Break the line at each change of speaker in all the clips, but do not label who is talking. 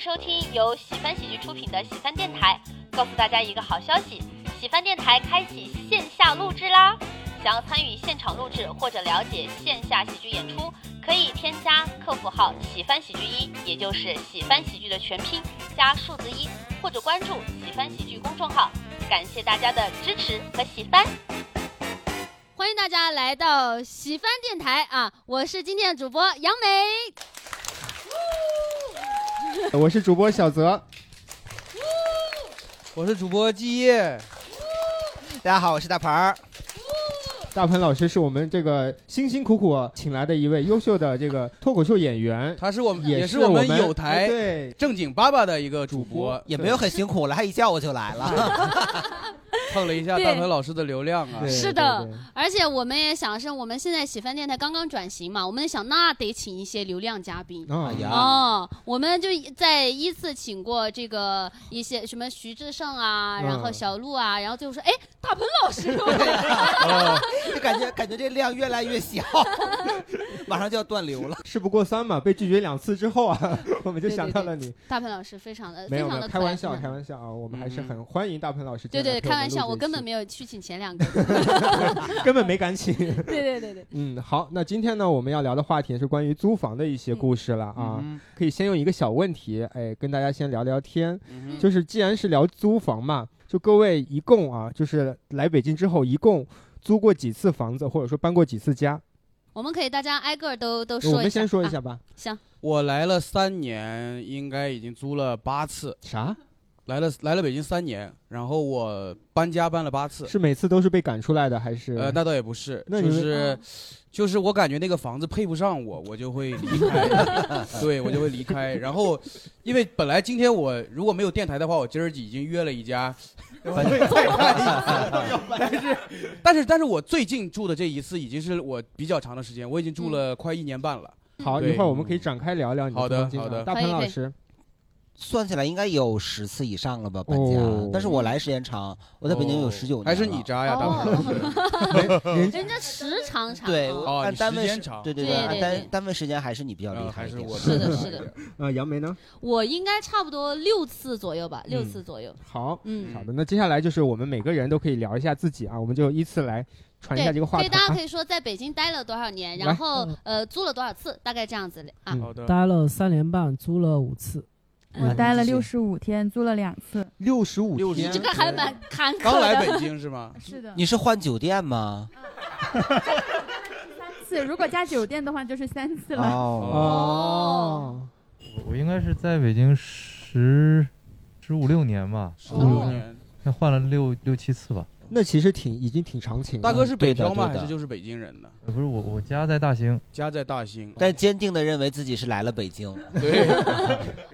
收听由喜翻喜剧出品的喜翻电台。告诉大家一个好消息，喜翻电台开启线下录制啦！想要参与现场录制或者了解线下喜剧演出，可以添加客服号“喜翻喜剧一”，也就是喜翻喜剧的全拼加数字一，或者关注喜翻喜剧公众号。感谢大家的支持和喜翻。
欢迎大家来到喜翻电台啊！我是今天的主播杨梅，
我是主播小泽，
我是主播季夜。
大家好，我是大盘儿。
大鹏老师是我们这个辛辛苦苦请来的一位优秀的这个脱口秀演员，
他是我们
也
也是
我
我们
们
有台
哎对
正经爸爸的一个主播，
也哎没有很辛苦了，还一叫我就来了。
蹭了一下
对
大鹏老师的流量啊
对。
是
对
的
对
而且我们也想是我们现在喜翻电台刚刚转型嘛，我们想那得请一些流量嘉宾。
啊
哎呀
哦，我们就在依次请过这个一些什么徐志胜啊，
嗯
然后小鹿啊，然后最后说，哎，大鹏老 师，
哦
就感觉感觉这量越来越小，马上就要断流了。
事不过三嘛，被拒绝两次之后啊， 我们就想到了你，
大鹏老师非常的
没
呃非
有没
常
有，
的
开玩笑开
笑。
玩笑啊，我们还是
嗯
很欢迎大鹏老师进
对
来
对，
陪
开
们
玩笑，
录
我
这一
根本
期
没有去请前 两个。
根本没敢请。
对对对对，
嗯，好，那今天呢，我们要聊的话题是关于租房的一些故事了啊，
嗯
可以先用一个小问题，哎，跟大家先聊聊天，
嗯哼
就是既然是聊租房嘛，就各位一共啊，就是来北京之后一共租过几次房子，或者说搬过几次家？
我们可以大家挨个儿都都说一
我
下。
们先说一
啊。
下吧。
我来了三年，应该已经租了八次，
啥？
来了来了北京三年，然后我搬家搬了八次。
是每次都是被赶出来的，还是？
呃，那倒也不是，
那
就
你
是
嗯，
就是我感觉那个房子配不上我，我就会离 开，对我就会离开。然后，因为本来今天我如果没有电台的话，我今儿已经约了一家，但是但是但是我最近住的这一次已经是我比较长的时间，我已经住
嗯
了快一年半了。
好，
对
一会儿我们可以展开聊聊你
好的
房间啊
好的
大
可
鹏
以
老
可以
师，
算起来应该有十次以上了吧，搬家。
哦
但是我来时间长，我在北京有十九
哦
年了。
还是你渣呀，大鹏老
哦
师？
人
人家时长长。
对，
哦
我按
你
单位
时间
时
长
对对
对
按
对
单
对
单位时间还是你比较厉
嗯
害
还
一
是
点。
我
是的是 的。
呃，杨梅呢？
我应该差不多六次左右吧，六
嗯
次左右。
好，
嗯，
好的，那接下来就是我们每个人都可以聊一下自己啊，我们就依次来传一
对，
下这个话
所
题
以大家
啊。
可以说在北京待了多少年，
来
然后呃租了多少次，大概这样子的啊
嗯。
好的，
待了三年半，租了五次。
嗯
我待了六十五天，租了两次。
六十五
65
天
这
天
个还蛮坎坷
刚来
的。
北京是吗？
是的，
你是换酒店吗？
是如果加酒店的话就是三次了。
哦，
哦，
我我应该是在北京十十五六年吧，
十五年，
那换了六六七次吧。
那其实挺已经挺长情了。
大哥是北漂吗？
对的对的
还是就是北京人呢？
呃不是我，我家在大兴，
家在大兴，
但坚定的认为自己是来了北京。
对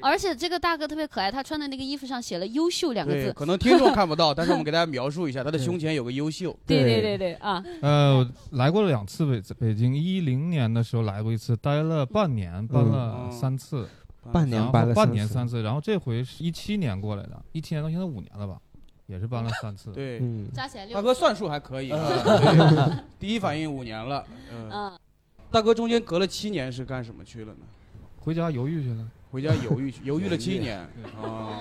而且这个大哥特别可爱，他穿的那个衣服上写了“优秀”两个
对，
字。
可能听众看 不到，但是我们给大家描述一下，他的胸前有个优秀。
对
对
对对对啊，
呃，我来过两次北北京，一零年的时候来过一次，待了半年，搬了三次，
半年
然后
搬了
半
三
年
次
三次，然后这回是一七年过来的，一七年到现在五年了吧，也是搬了三次。
对，
嗯，
加起来
大
六。
哥算数还可以啊。对第一反应五年了，嗯，
嗯，
大哥中间隔了七年是干什么去了呢？
回家犹豫去了。
回家犹豫去，犹豫了七 年
对
啊，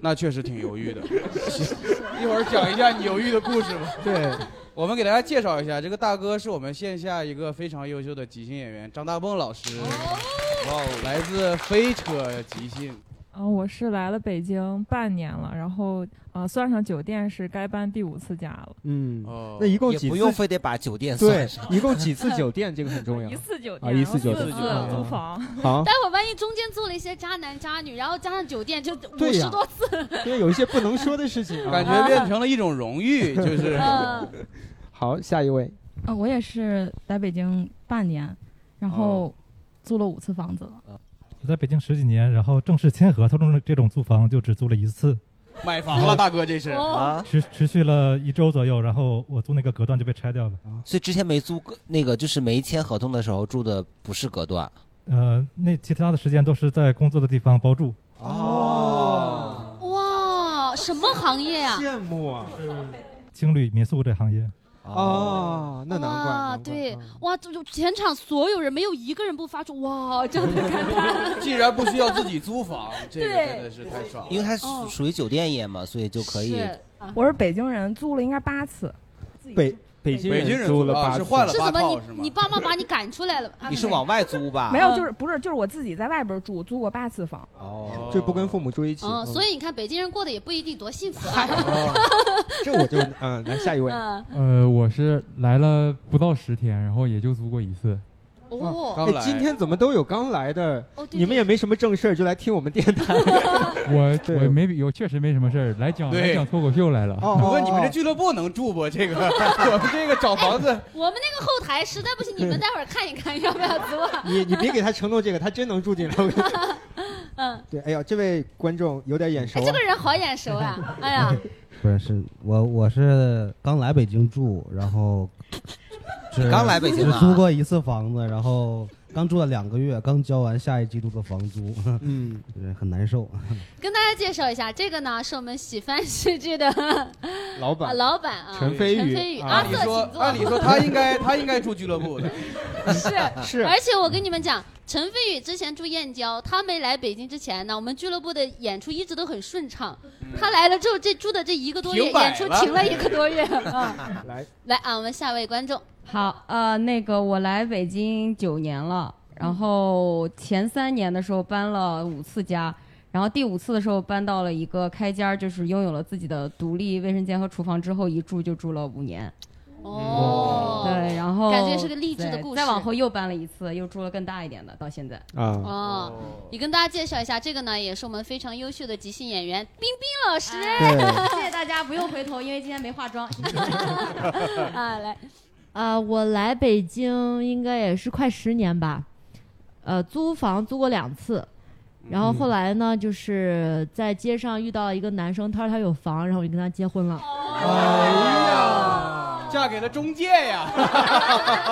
那确实挺犹 豫的。一会儿讲一下你犹豫的故事吧。
对，
我们给大家介绍一下，这个大哥是我们线下一个非常优秀的即兴演员张大蹦老师，哇，
哦
来自飞车即兴。
啊，我是来了北京半年了，然后啊，算上酒店是该搬第五次家了，
嗯，
哦
那一共
也
几
不用
次？
非得把酒店
对
算上。，
一共几次酒店？这个很 重要
一。次酒
啊
店，
一
然
次
后
酒
四
店
次
啊
租房。
好，
待会儿万一中间租了一些渣男渣女，然后加上酒店就五
对呀
十多次。
因为有一些不能说的事情啊。
感觉变成了一种荣 誉，就是
嗯，
好，下一位，
啊，我也是来北京半年，然
哦
后
租了五次房子
嗯
了。
我在北京十几年，然后正式签合同的这种租房就只租了一次，
买房了，大哥这是。
哦，
啊，
持持续了一周左右，然后我租那个隔断就被拆掉了。
所以之前没租过那个，就是没签合同的时候住的不是隔断。
呃，那其他的时间都是在工作的地方包住。
哦，
哇，什么行业呀？
羡慕啊！
青旅民宿这行业，
哦，那难怪。
哇
难怪
对
嗯
哇，就就全场所有人没有一个人不发出哇这样的感 叹。
既然不需要自己 租房，这个
对
真的是太爽了。
因为它属属于酒店业嘛，所以就可以。
哦是啊
我是北京人，租了应该八次。自己
北
住
北京
北京人
租
租
了
啊
八
是
次，
换了
是
八
怎
套
么
是
你
吗
你？爸妈把你赶出来了？啊
你是往外租吧？
没有，
嗯
就是不是就是我自己在外边住，租过八次房。
哦，
就不跟父母住一起。
嗯，所
以
以你看北京人过得也不一定多幸福啊。
这我就嗯，来下一位。
嗯，
呃，我是来了不到十天，然后也就租过一次。
哦
刚
哎
来，
今天怎么都有刚来的？
哦，对
你们也
对
没什么正事儿，就来听我们电台。
我
对
我没有，我确实没什么事儿，来讲
对
来讲脱口秀来了。
哦
我问你们这俱乐部能住不？这个 我们这个找 房子，
我们那个后台实在不行，你们待会儿看一看要不要租啊？
你你别给他承诺这个，他真能住进来。我 跟你说
嗯，
对，哎呀，这位观众有点眼熟
哎，
啊。
这个人好眼熟啊！哎呀，
不是，是我我是刚来北京住，然 后只
刚来北京
只
啊
租过一次房子，然后刚住了两个月，刚交完下一季度的房租，
嗯，
就是很难受。
跟大家介绍一下，这个呢是我们喜番戏剧的
老
啊
板
老板啊，
陈
飞
飞宇
阿
啊
按理
瑟，
说
请坐。
按理说他应该他应该住俱乐 部的， 哎
是
而且我跟你们讲，陈飞宇之前住燕郊，他没来北京之前呢，我们俱乐部的演出一直都很顺畅。
嗯
他来了之后，这住的这一个多月，
停摆
演出
了
停了一个 多 月。啊，
来
来啊，我们下位观众，
好，呃，那个我来北京九年了，
嗯
然后前三年的时候搬了五次家，然后第五次的时候搬到了一个开间儿，就是拥有了自己的独立卫生间和厨房之后，一住就住了五年。
哦，
对，然后
感觉是个励志的
对
故事
再往后又搬了一次，又住了更大一点的，到现在。
啊，
哦。也跟大家介绍一下，这个呢也是我们非常优秀的即兴演员冰冰老师
对，
哎谢谢大家，不用回头，因为今天没化 妆。
啊，来，
啊，我来北京应该也是快十年吧，呃，租房租过两次，然后后来呢，就是在街上遇到一个男生，他说他有房，然后我就跟他结婚了。
哎
哦
呀，嫁给了中介呀！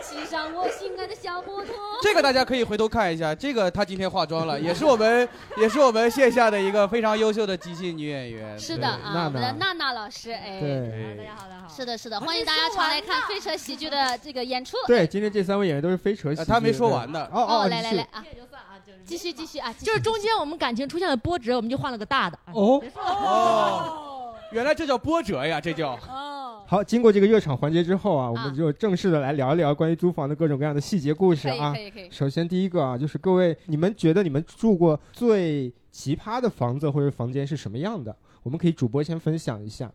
骑上我心爱的小摩托。
这个大家可以回头看一下，这个她今天化妆了，也是我们 也是我们线下的一个非常优秀的即兴女演员。
是的
对
啊，我们的娜
娜娜
娜老师，哎，
对
大家好，大家好。
是啊的，是的，欢迎大家常来看飞车喜剧 的这个演出。
对，今天这三位演员都是飞车
呃
系。
他没说完。呢，
哦
哦，
哦，
来
你
来
是
来啊，
也就算啊，就是
继续继续啊，继续
就是中间我们感情出现了波折，我们就换了个大的。
哦，
哦，原来这叫波折呀，这叫
哦，
好，经过这个热场环节之后啊，我
啊
们就正式的来聊一聊关于租房的各种各样的细节故事
可以
啊
可。以可以。
首先第一个啊，就是各位，你们觉得你们住过最奇葩的房子或者房间是什么样的？我们可以主播先分享一下。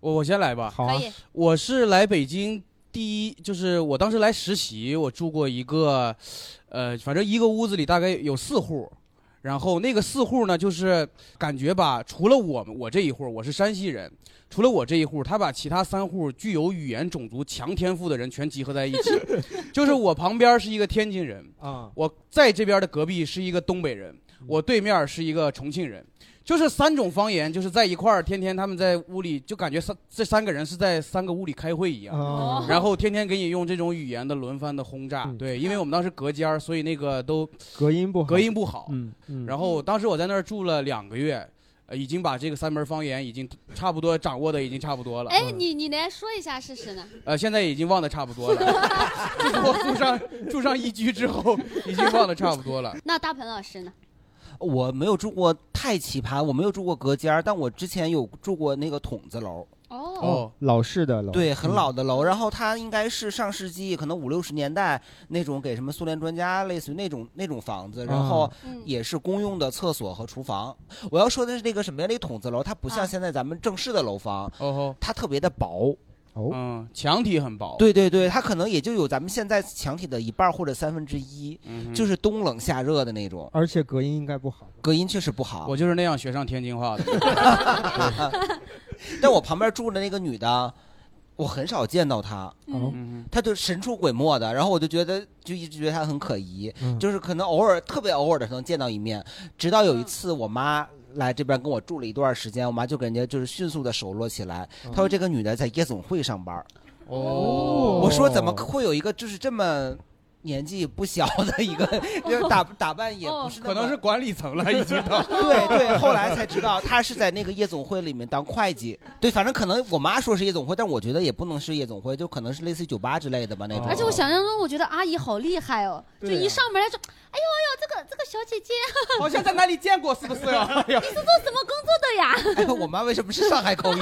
我我先来吧。
好
可
啊，
以，
我是来北京第一，就是我当时来实习，我住过一个，呃，反正一个屋子里大概有四户，然后那个四户呢，就是感觉吧，除了我们我这一户，我是山西人，除了我这一户，他把其他三户具有语言、种族强天赋的人全集合在一 起，就是我旁边是一个天津人，
啊，嗯
我在这边的隔壁是一个东北人，我对面是一个重庆人，就是三种方言，就是在一块儿，天天他们在屋里就感觉三这三个人是在三个屋里开会一样。
啊，
然后天天给你用这种语言的轮番的轰炸，
嗯
对，因为我们当时隔间儿，所以那个都
隔音不好
隔，音不好。
嗯嗯，
然后当时我在那儿住了两个月，呃，已经把这个三门方言已经差不多掌握的已经差不多了。嗯
哎，你你来说一下试试呢？
呃，现在已经忘得差不多了。 自从我住上住上一居之后，已经忘得差不多了。
那大鹏老师呢？
我没有住过太奇葩，我没有住过隔间儿，但我之前有住过那个筒子楼，
哦，
哦，
老式的楼，
对，很
嗯
老的楼。然后它应该是上世纪可能五六十年代那种给什么苏联专家类似于那种那种房子，然后
啊
嗯，
也是公用的厕所和厨房。我要说的是那个什么呀，那筒子楼，它不
啊
像现在咱们正式的楼房，
哦吼，
它特别的薄。
哦，
嗯，墙体很薄，，
对对对，它可能也就有咱们现在墙体的一半儿或者三分之一，就是是冬冷夏热的那种，
而且隔音应该不好。
隔音确实不好
我。就是那样学上天津话的。
但我旁边住的那个女的，我很少见到她。
哦，
嗯
他就神出鬼没的，然后我就觉得就一直觉得他很可疑，
嗯
就是可能偶尔特别偶尔的能见到一面，直到有一次我妈。来这边跟我住了一段时间，我妈就跟人家就是迅速的熟络起来。她说这个女的在夜总会上班，
哼，哦
我说怎么会有一个就是这么年纪不小的一个，就是打打扮也不是那
可
么
能是管理层了，已经到
对对，后来才知 道他是在那个夜总会里面当会计。对，反正可能我妈说是夜总会，但我觉得也不能是夜总会，就可能是类似于酒吧之类的吧
哦
那种。
而且我想象中，我觉得阿姨好厉害哦，就
对啊
一上门来说，哎呦哎呦，这个这个小姐姐，啊
好像在哪里见过，是不是呀？哎 呀
你是做什么工作的呀？
哎我妈为什么是上海口音？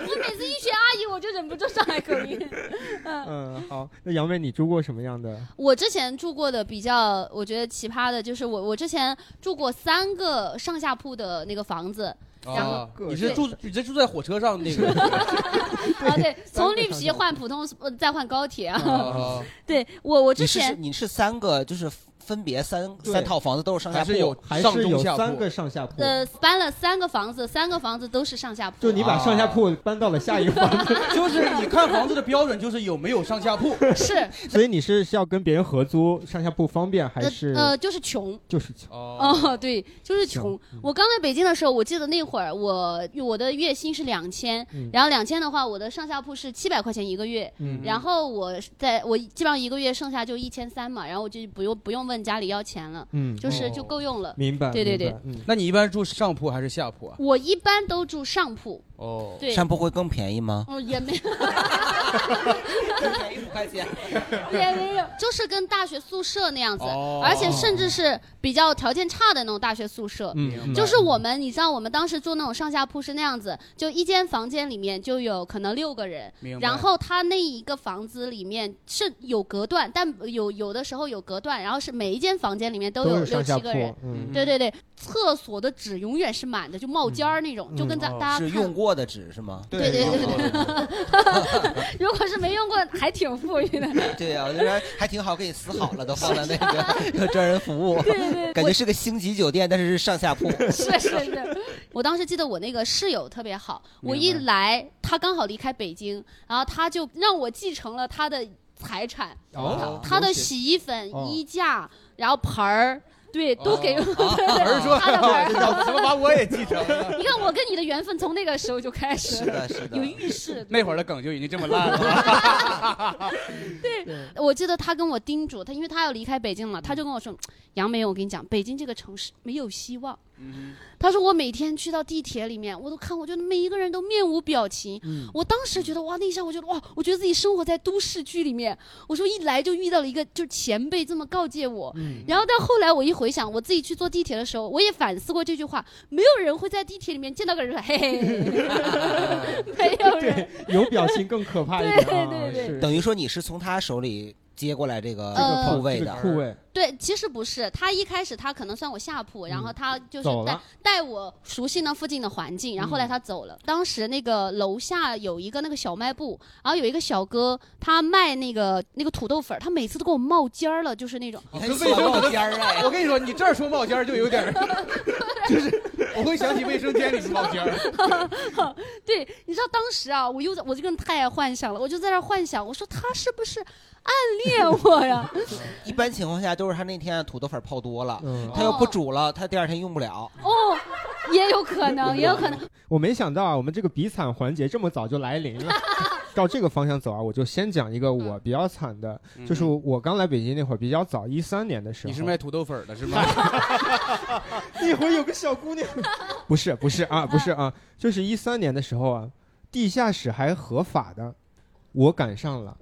我每次一学阿姨，我就忍不住上海口音。 嗯，
嗯，好，那杨伟你住过什么样的？
我之前住过的比较，我觉得奇葩的就是我，我之前住过三个上下铺的那个房子，然后
啊，你是住你是住在火车上那个？
啊对，从绿
上
皮
下
换普通，呃再换高铁
哦
啊。
啊
对我，我之
你是
前
你是三个，就是分别三
对
三套房子都是上下
还
铺，
是有还是有三个上下铺？
呃搬了三个房子，三个房子都是上下铺。啊
就你把上下铺搬到了下一个房子，
就是你看房子的标准就是有没有上下铺。
是，
所以你是是要跟别人合租上下铺方便，还是
呃就是穷。
就是
哦，对，就是穷
行。
我刚来北京的时候，我记得那会儿我我的月薪是两千、
嗯
然后两千的话，我的上下铺是七百块钱一个月，
嗯
然后我在我基本上一个月剩下就一千三嘛，然后我就不用不用问家里要钱了，
嗯
就是
哦
就够用了。
明嗯
对对对，
那你一般住上铺还是下铺啊？
我一般都住上铺，
哦
对
上铺会更便宜吗？
哦也没有，
五块钱。
也没有，就是跟大学宿舍那样子，
哦
而且甚至是比较条件差的那种大学宿舍。
嗯明白
就是我们，你知道我们当时住那种上下铺是那样子，就一间房间里面就有可能六个人
明，白
然后他那一个房子里面是有隔断，但有有的时候有隔断，然后是每一间房间里面都有
是
六
上下
七
铺
个人。？
嗯，
对对对，厕所的纸永远是满的，就冒尖儿那
嗯
种，就跟咱、
哦
大家
是
看
用过的纸是吗？
对对对对对， 如果是没用过，还挺富 裕的。
对呀，我就说还挺好，给你撕好了，都放到 那个有专人服务，
对对
感觉是个星级酒店，但是是上下铺。
是是是，我当时记得我那个室友特别好，我一
明白
来他刚好离开北京，然后他就让我继承了他的财产，
哦
他他的
有钱
洗衣粉、
哦
衣架，然后盆儿。对，都给
哦
我。 对对
而是说
他的盆儿
怎么把我也继承了？
你看，我跟你的缘分从那个时候就开始，
是的是的
有预示。
那会儿的梗就已经这么烂 了。
我记得他跟我叮嘱他，因为他要离开北京了，他就跟我说：“杨梅，我跟你讲，北京这个城市没有希望。”
嗯
他说我每天去到地铁里面，我都看，我觉得每一个人都面无表情。
嗯
我当时觉得哇，那一下我觉得哇，我觉得自己生活在都市剧里面。我说一来就遇到了一个就是前辈这么告诫我，
嗯
然后但后来我一回想，我自己去坐地铁的时候，我也反思过这句话，没有人会在地铁里面见到个人说嘿嘿， 没有人。
有表情更可怕一点。
对
啊
对对嗯
是
等于说你是从他手里接过来这个
这个
铺位
这
的
个铺位，
对，其实不是，他一开始他可能算我下铺，
嗯
然后他就是
走
带、
了
带我熟悉那附近的环境，然后后
嗯
来他走了。当时那个楼下有一个那个小卖部，然后有一个小哥他卖那个那个土豆粉儿，他每次都给我冒尖儿了，就是那种。
跟卫生纸
啊
的，我跟你说，你这儿说冒尖儿就有点儿， 就是我会想起卫生间里的冒尖儿。
对，你知道当时啊，我又在我这个人太爱幻想了，我就在那儿幻想，我说他是不是暗恋我呀？
一般情况下都是他那天啊土豆粉泡多了，他
嗯
哦
要不煮了，他第二天用不了。
哦，也有可能，也有可能。
我没想到啊，我们这个比惨环节这么早就来临 了。照这个方向走啊，我就先讲一个
嗯
我比较惨的，就是我刚来北京那会儿比较早，一三年的时
嗯
候。
你是卖土豆粉儿的是吗？
那会儿有个小姑娘， 不是不是啊，不是啊，就是一三年的时候啊，地下室还合法的，我赶上了。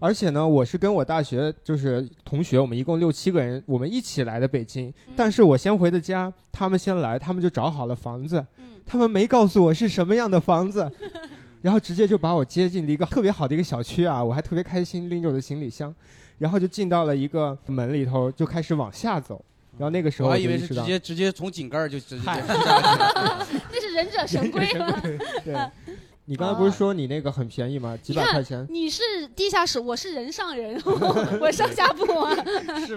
而且呢，我是跟我大学就是同学，我们一共六七个人，我们一起来的北京。但是我先回的家，他们先来，他们就找好了房子。他们没告诉我是什么样的房子， 然后直接就把我接进了一个特别好的一个小区啊，我还特别开心，拎着我的行李箱，然后就进到了一个门里头，就开始往下走。然后那个时候
我还
就
以为
意
是
识
直
到
接直接从井盖儿就直接。
那是忍者神龟吗？
对，你刚才不是说你那个很便宜吗？几
哦你
百
看，
块钱？
你是地下室，我是人上人， 我上下铺 啊，
是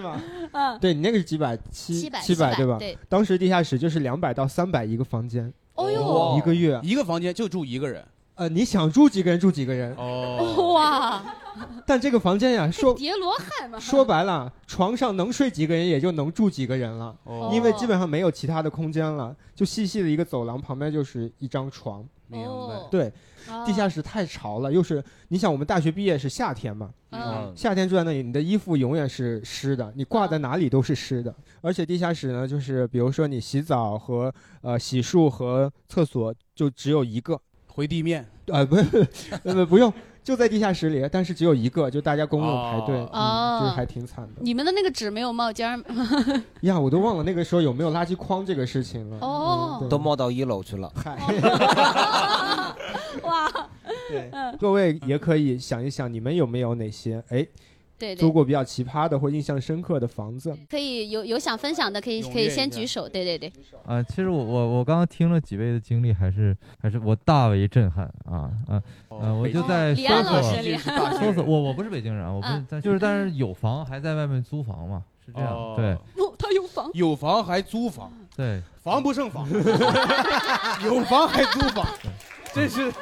吗？
嗯，
对你那个是几百七
700
百
700
吧
对？
当时地下室就是两百到三百一个房间，
哦
一个月
一个房间就住一个人。
呃，你想住几个人住几个人。
哦。
哇，
但这个房间呀，哎说
叠罗汉嘛，
说白了，床上能睡几个人，也就能住几个人了，
哦
因为基本上没有其他的空间了，就细细的一个走廊，旁边就是一张床。
明白。
对
哦，
地下室太潮了，又是你想，我们大学毕业是夏天嘛，
嗯
夏天住在那里，你的衣服永远是湿的，你挂在哪里都是湿
嗯
的。而且地下室呢，就是比如说你洗澡和呃洗漱和厕所就只有一个，
回地面。
啊，不， 呃不用，就在地下室里，但是只有一个，就大家公用排队，
哦
嗯，就是
哦
还挺惨的
你们的那个纸没有冒尖儿吗
呀。我都忘了那个时候有没有垃圾筐这个事情了，
哦
嗯
都冒到一楼去了。
哇，
对
嗯
各位也可以想一想，你们有没有哪些哎，
对对
租过比较奇葩的或印象深刻的房子？
可以有有想分享的，可以可以先举手，对对对，
啊、其实我我我刚刚听了几位的经历，还是还是我大为震撼啊啊
哦
呃，我就在
李安
搜
老
索
师李安老师
搜索，我我不是北京人啊，我不是
嗯，
但就是但是有房还在外面租房嘛，是这样，
哦
对
哦，他有房，
有房还租房，
对，
房不 胜房，有房还租房，真是。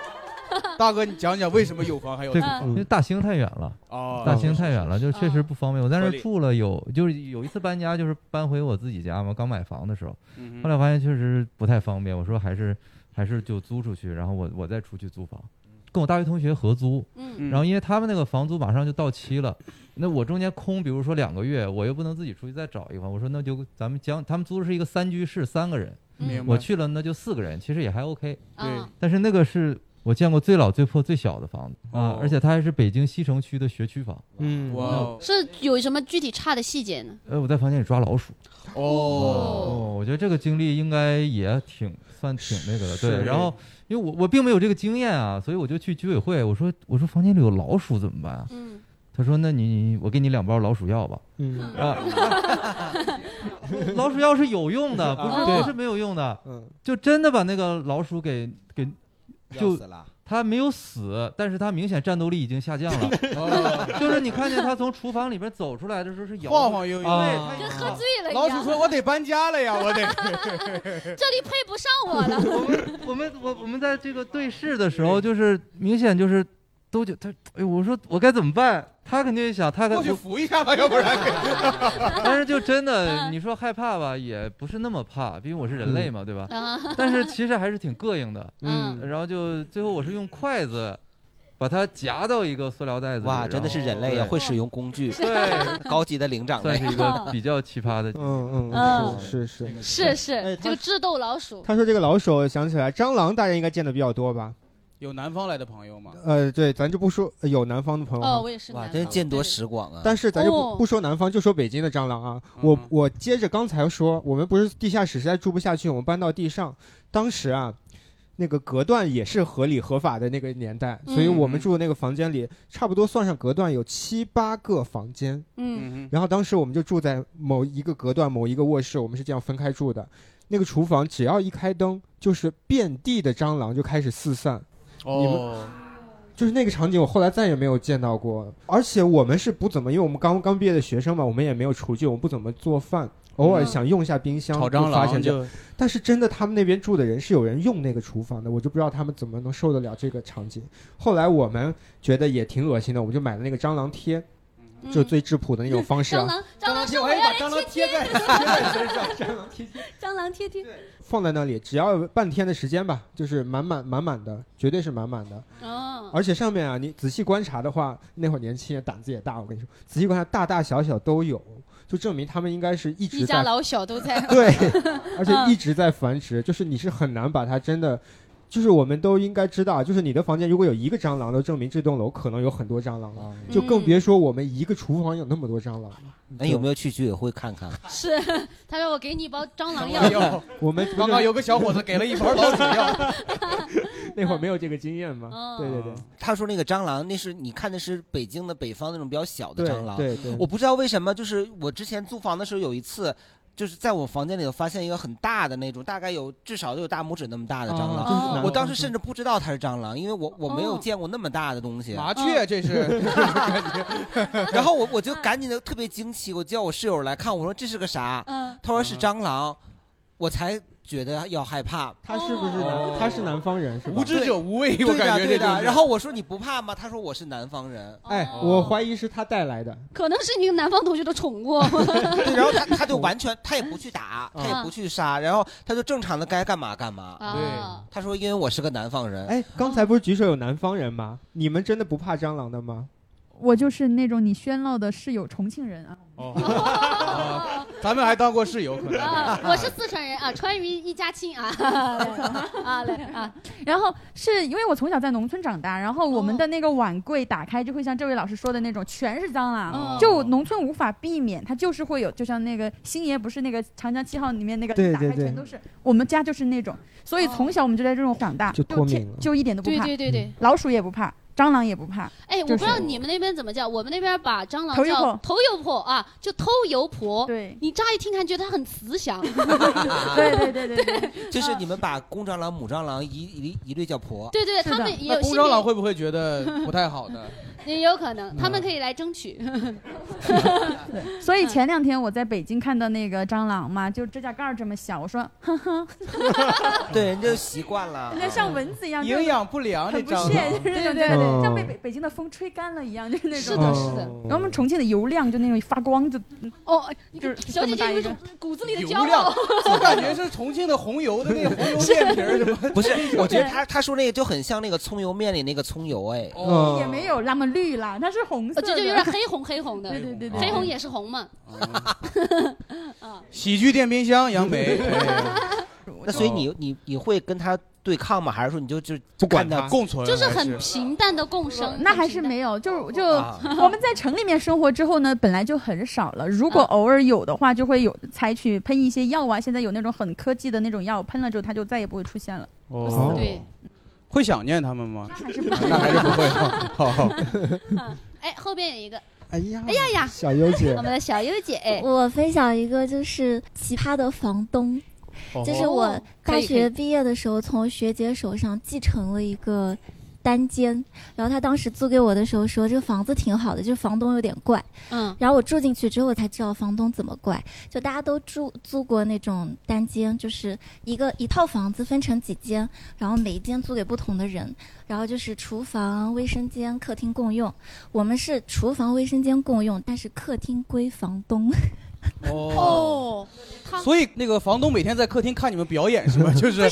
大哥，你讲讲为什么有房还要租
这
房？
因为大兴太远了，
哦
大兴太远了，就确实不方便。我在那
合
儿
理
住了有，就是有一次搬家，就是搬回我自己家嘛，刚买房的时候
嗯哼，
后来发现确实不太方便，我说还是还是就租出去，然后我我再出去租房。跟我大学同学合租，
嗯
然后因为他们那个房租马上就到期了，那我中间空，比如说两个月，我又不能自己出去再找一个房，我说那就咱们将他们租的是一个三居室，三个人
明，白
我去了那就四个人，其实也还 OK，
对
嗯
但是那个是我见过最老、最破、最小的房子啊
哦，
而且它还是北京西城区的学区房。
嗯
哇哦
是有什么具体差的细节呢？
呃，我在房间里抓老鼠。
哦，
哦，我觉得这个经历应该也挺算挺那个的，
是
对。然后因为我我并没有这个经验啊，所以我就去居委会，我说我说房间里有老鼠怎么办啊？
嗯，
他说那你我给你两包老鼠药吧。
嗯
啊， 老鼠药是有用的，不
啊
是
对
不是没有用的
嗯，
就真的把那个老鼠给给
要
就
死了。
它没有死，但是它明显战斗力已经下降了。就是你看见它从厨房里边走出来的时候是摇
晃晃悠悠
对，
跟喝醉了一
老鼠
样，
说：“我得搬家了呀，我得。
这里配不上我了，
它 我们我我们在这个对视的时候，就是明显就是都就它，哎呦，我说我该怎么办？他肯定也想，他”肯
过去扶一下吧，要不然给。
哎 但是就真
嗯
的，你说害怕吧，也不是那么怕，毕竟我是人
嗯
类嘛，对吧？
嗯
啊
但是其实还是挺膈应的，
嗯
然后就最后我是用筷子把它夹到一个塑料袋子里，
哇，真的是人
啊
类呀，
呀，
会使用工 具，
对，
高级的灵长
算
类
是。一个比较奇葩的，
嗯
嗯
嗯，是是是。哎
是是，这个智斗老鼠，
他说这个老手想起来，蟑螂大家应该见的比较多吧？
有南方来的朋 友吗？
呃，对，咱就不说呃有南方的朋友哈，
哦，我也是
哇，
南
真
方，
是见多识广啊！嗯
但是咱就不、
哦
不说南方，就说北京的蟑螂啊。我我接着刚才说，我们不是地下室实在住不下去，我们搬到地上。当时啊，那个隔断也是合理合法的那个年代，所以
嗯
我们住的那个房间里，差不多算上隔断有七八个房间。
嗯
嗯哼，
然后当时我们就住在某一个隔断某一个卧室，我们是这样分开住的。那个厨房只要一开灯，就是遍地的蟑螂就开始四散。
哦，
就是那个场景，我后来再也没有见到过。而且我们是不怎么，因为我们刚刚毕业的学生嘛，我们也没有厨具，我们不怎么做饭，偶尔想用一下冰箱，
嗯炒
就
蟑
发现
螂
这样。但是真的，他们那边住的人是有人用那个厨房的，我就不知道他们怎么能受得了这个场景。后来我们觉得也挺恶心的，我们就买了那个蟑螂贴，就最质朴的那种方式
嗯蟑
啊，
螂蟑螂
贴，
是
我
我
还
要
把
来
蟑螂
贴
贴在贴在身上。
蟑螂贴贴，
放在那里，只要半天的时间吧，就是满满满满的，绝对是满满的。
哦，
而且上面啊，你仔细观察的话，那会儿年轻人胆子也大，我跟你说，仔细观察，大大小小都有，就证明他们应该是一
一
直
家
在
老小嗯都在， 嗯
对，而且一直在繁殖，就是你是很难把它真的。就是我们都应该知道，就是你的房间如果有一个蟑螂，都证明这栋楼可能有很多蟑螂
嗯
了，就更别说我们一个厨房有那么多蟑螂。
那有没有去居委会看看？
是，他说我给你一包蟑螂
哎
药，
呦，
我们不是
刚刚有 个小伙子给了一包老鼠药，
那会儿没有这个经验嘛？
嗯
对对对，
哦他说那个蟑螂，那是你看的是北京的北方那种比较小的
对
蟑螂。
对对
我不知道为什么，就是我之前租房的时候有一次。就是在我房间里头发现一个很大的那种，大概有至少有大拇指那么大的蟑
啊
螂。
真是难
哦
我当时甚至不知道它是蟑螂，因为我我没有
哦
见过那么大的东西。
麻雀 这是。
然后我我就赶紧的特别惊奇，我叫我室友来看，我说这是个啥？
嗯，
他说是蟑螂，我才觉得要害怕。
他是不是南
哦
他是南方人是吧
对
无知者无畏
对
我感
的
觉这
对
就
的。
是
然后我说你不怕吗？他说我是南方
哦
人。哦
哎，我怀疑是他带来的。
可能是你南方同学的宠物。
对，然后他他就完全他也不去打，
嗯
他也不去杀，然后他就正常的该干嘛干嘛。
哦
对，
他说因为我是个南方人。
哎，刚才不是举手有南方人吗？你们真的不怕蟑螂的吗？
我就是那种你喧闹的室友，重庆人啊。
啊咱们还当过室友，可能。
啊，我是四川人啊，川渝一家亲啊，啊来啊，
然后是因为我从小在农村长大，然后我
哦
们的那个碗柜打开就会像这位老师说的那种，全是蟑螂，
哦
就农村无法避免，它就是会有，就像那个星爷不是那个《长江七号》里面那个
对
打开
对对
全都是，我们家就是那种，所以从小我们就在这种长大，
就脱敏
天
了嗯
就一点都不怕，
哦对对对对，
老鼠也不怕，蟑螂也不怕，
哎，我
就
不
是
知道你们那边怎么叫，我们那边把蟑螂
头油
叫
婆
头油婆啊，就偷油婆。对，你乍一听还觉得它很慈祥。
对对对
对，就是你们把公蟑螂、母蟑螂一一律一律叫婆。
对对对是的他们也有
那公
心理
蟑螂会不会觉得不太好呢？
也有可能，他们可以来争取。
所
嗯
以前两天我在北京看到那个蟑螂嘛，就指甲盖儿这么小，我说 哼哼，
对，人家就习惯 了。
人家像蚊子一样，
营养不良，这
很不
蟑
屑，
螂。
就
对
是那种对
对
嗯
对
像被北北京的风吹干了一样，就是那种。
是的是的
哦
然后我们重庆的油亮就那种发光，就
哦，
就是
小姐
这么大
姐有
一
一
个
种。骨子里的
油
骄傲
量。我感觉是重庆的红油的那 个红油面皮儿什么。
不是，我觉得他他说那个就很像那个葱油面里那个葱油，哎，
嗯
哦
也没有那么绿啦，它是红色
呃
的，
就就有点 黑红黑红的，
对对对对
黑红也是红嘛。
喜剧电冰箱，杨 梅。哎
那所以
哦
你你你会跟他对抗吗？还是说你就就
不管
看
他共存
就是很平淡的共生，
呃那还是没有，就是就
啊
我们在城里面生活之后呢，本来就很少了。如
啊
果偶尔有的话，就会有采取喷一些药啊。现在有那种很科技的那种药，喷了之后它就再也不会出现了。
哦
对。
会想念他们吗？ 那还
是
不会。好好。
哎，后边有一个，
哎呀，
哎呀呀，
小优姐
我们的小优姐，哎，
我分享一个就是奇葩的房东，
哦
就是我
可
大
以可以
学毕业的时候从学姐手上继承了一个单间，然后她当时租给我的时候说这个房子挺好的，就是房东有点怪。
嗯，
然后我住进去之后，我才知道房东怎么怪。就大家都住租过那种单间，就是一个一套房子分成几间，然后每一间租给不同的人，然后就是厨房、卫生间、客厅共用。我们是厨房、卫生间共用，但是客厅归房东。
哦，他
所以那个房东每天在客厅看你们表演是 吗？就是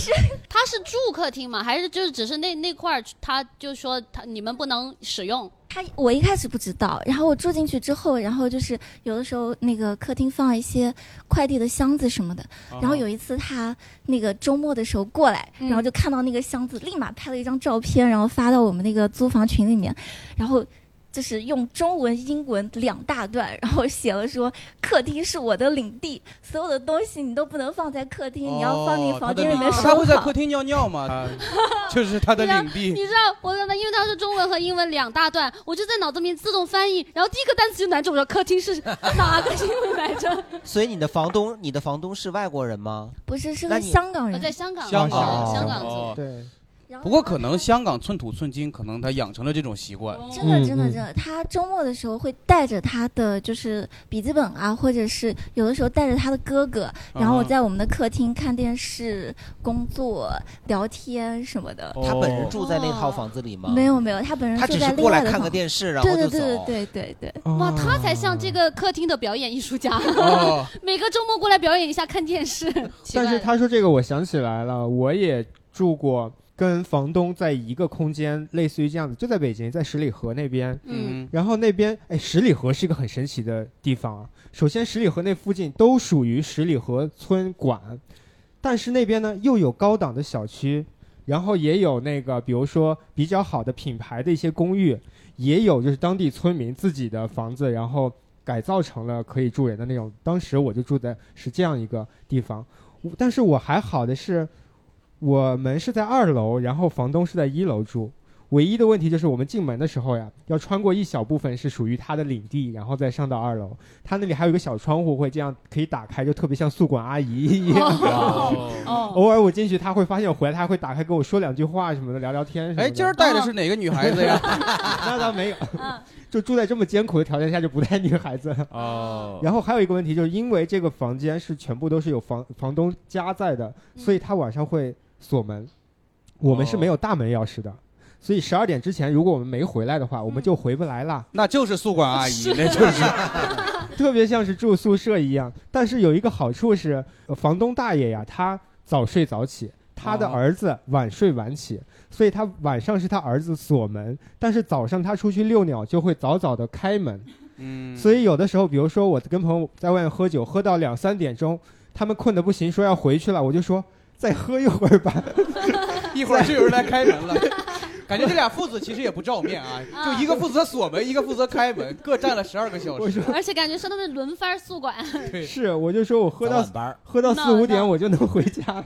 他是住客厅吗？还是就是只是那那块儿，他就说他你们不能使用。
他我一开始不知道，然后我住进去之后，然后就是有的时候那个客厅放一些快递的箱子什么的，
哦
然后有一次他那个周末的时候过来，然后就看到那个箱子，立马拍了一张照片，然后发到我们那个租房群里面，然后。就是用中文、英文两大段，然后写了说客厅是我的领地，所有的东西你都不能放在客厅，你要放进
哦
房间里面收
他会在
好
客。厅尿尿吗？啊就是他的
你知道
领地
你。知道我刚才，因为他是中文和英文两大段，我就在脑子里面自动翻译，然后第一个单词就难住，我说客厅是哪个英文来着？
所以你的房东，你的房东是外国人吗？
不是，是
那
个
你
香港
我
人，
在香港，
香港，
香港
哦
族。
对。
不过可能香港寸土寸金，可能他养成了这种习惯。
真的，真的，
嗯
真的，他周末的时候会带着他的就是笔记本啊，或者是有的时候带着他的哥哥，然后我
嗯
在我们的客厅看电视、工作、聊天什么
哦
的。
他本人住在那套房子里吗？
没有没有，他本人
他
住
只
在
是
另
过来
外的
看
房
个电视然
对
后
对
就
对
走
对对对对。
哇，他才像这个客厅的表演艺术家
哦，
每个周末过来表演一下看电 视。 奇怪
但是他说这个，我想起来了，我也住过跟房东在一个空间，类似于这样子，就在北京，在十里河那边。
嗯，
然后那边，哎，十里河是一个很神奇的地方啊。首先，十里河那附近都属于十里河村管，但是那边呢又有高档的小区，然后也有那个，比如说比较好的品牌的一些公寓，也有就是当地村民自己的房子，然后改造成了可以住人的那种。当时我就住在是这样一个地方，我但是我还好的是，我们是在二楼，然后房东是在一楼住。唯一的问题就是我们进门的时候呀，要穿过一小部分是属于它的领地，然后再上到二楼。它那里还有一个小窗户，会这样可以打开，就特别像宿管阿姨一样。
哦
偶尔我进去，他会发现我回来，他会打开跟我说两句话什么的，聊聊天什么的。
哎，今儿带的是哪个女孩子 呀？
那倒没有，
啊
就住在这么艰苦的条件下，就不带女孩子了。
哦
然后还有一个问题，就是因为这个房间是全部都是有房 房东家在的，所以他晚上会锁门。我们是没有大门钥匙的，所以十二点之前，如果我们没回来的话，我们就回不来啦。
那就是宿管阿姨
是，
那就是。
特别像是住宿舍一样。但是有一个好处是，呃房东大爷呀，他早睡早起，他的儿子晚睡晚起，所以他晚上是他儿子锁门，但是早上他出去遛鸟就会早早的开门。
嗯，
所以有的时候，比如说我跟朋友在外面喝酒，喝到两三点钟，他们困得不行，说要回去了，我就说再喝一会儿吧。
一会儿就有人来开门了。感觉这俩父子其实也不照面啊，就一个负责锁门，一个负责开门，各站了十二个小时。
而且感觉是他们轮番宿管。
是，我就说我喝到
早晚班儿
喝到四
闹
五点
闹
我就能回家了。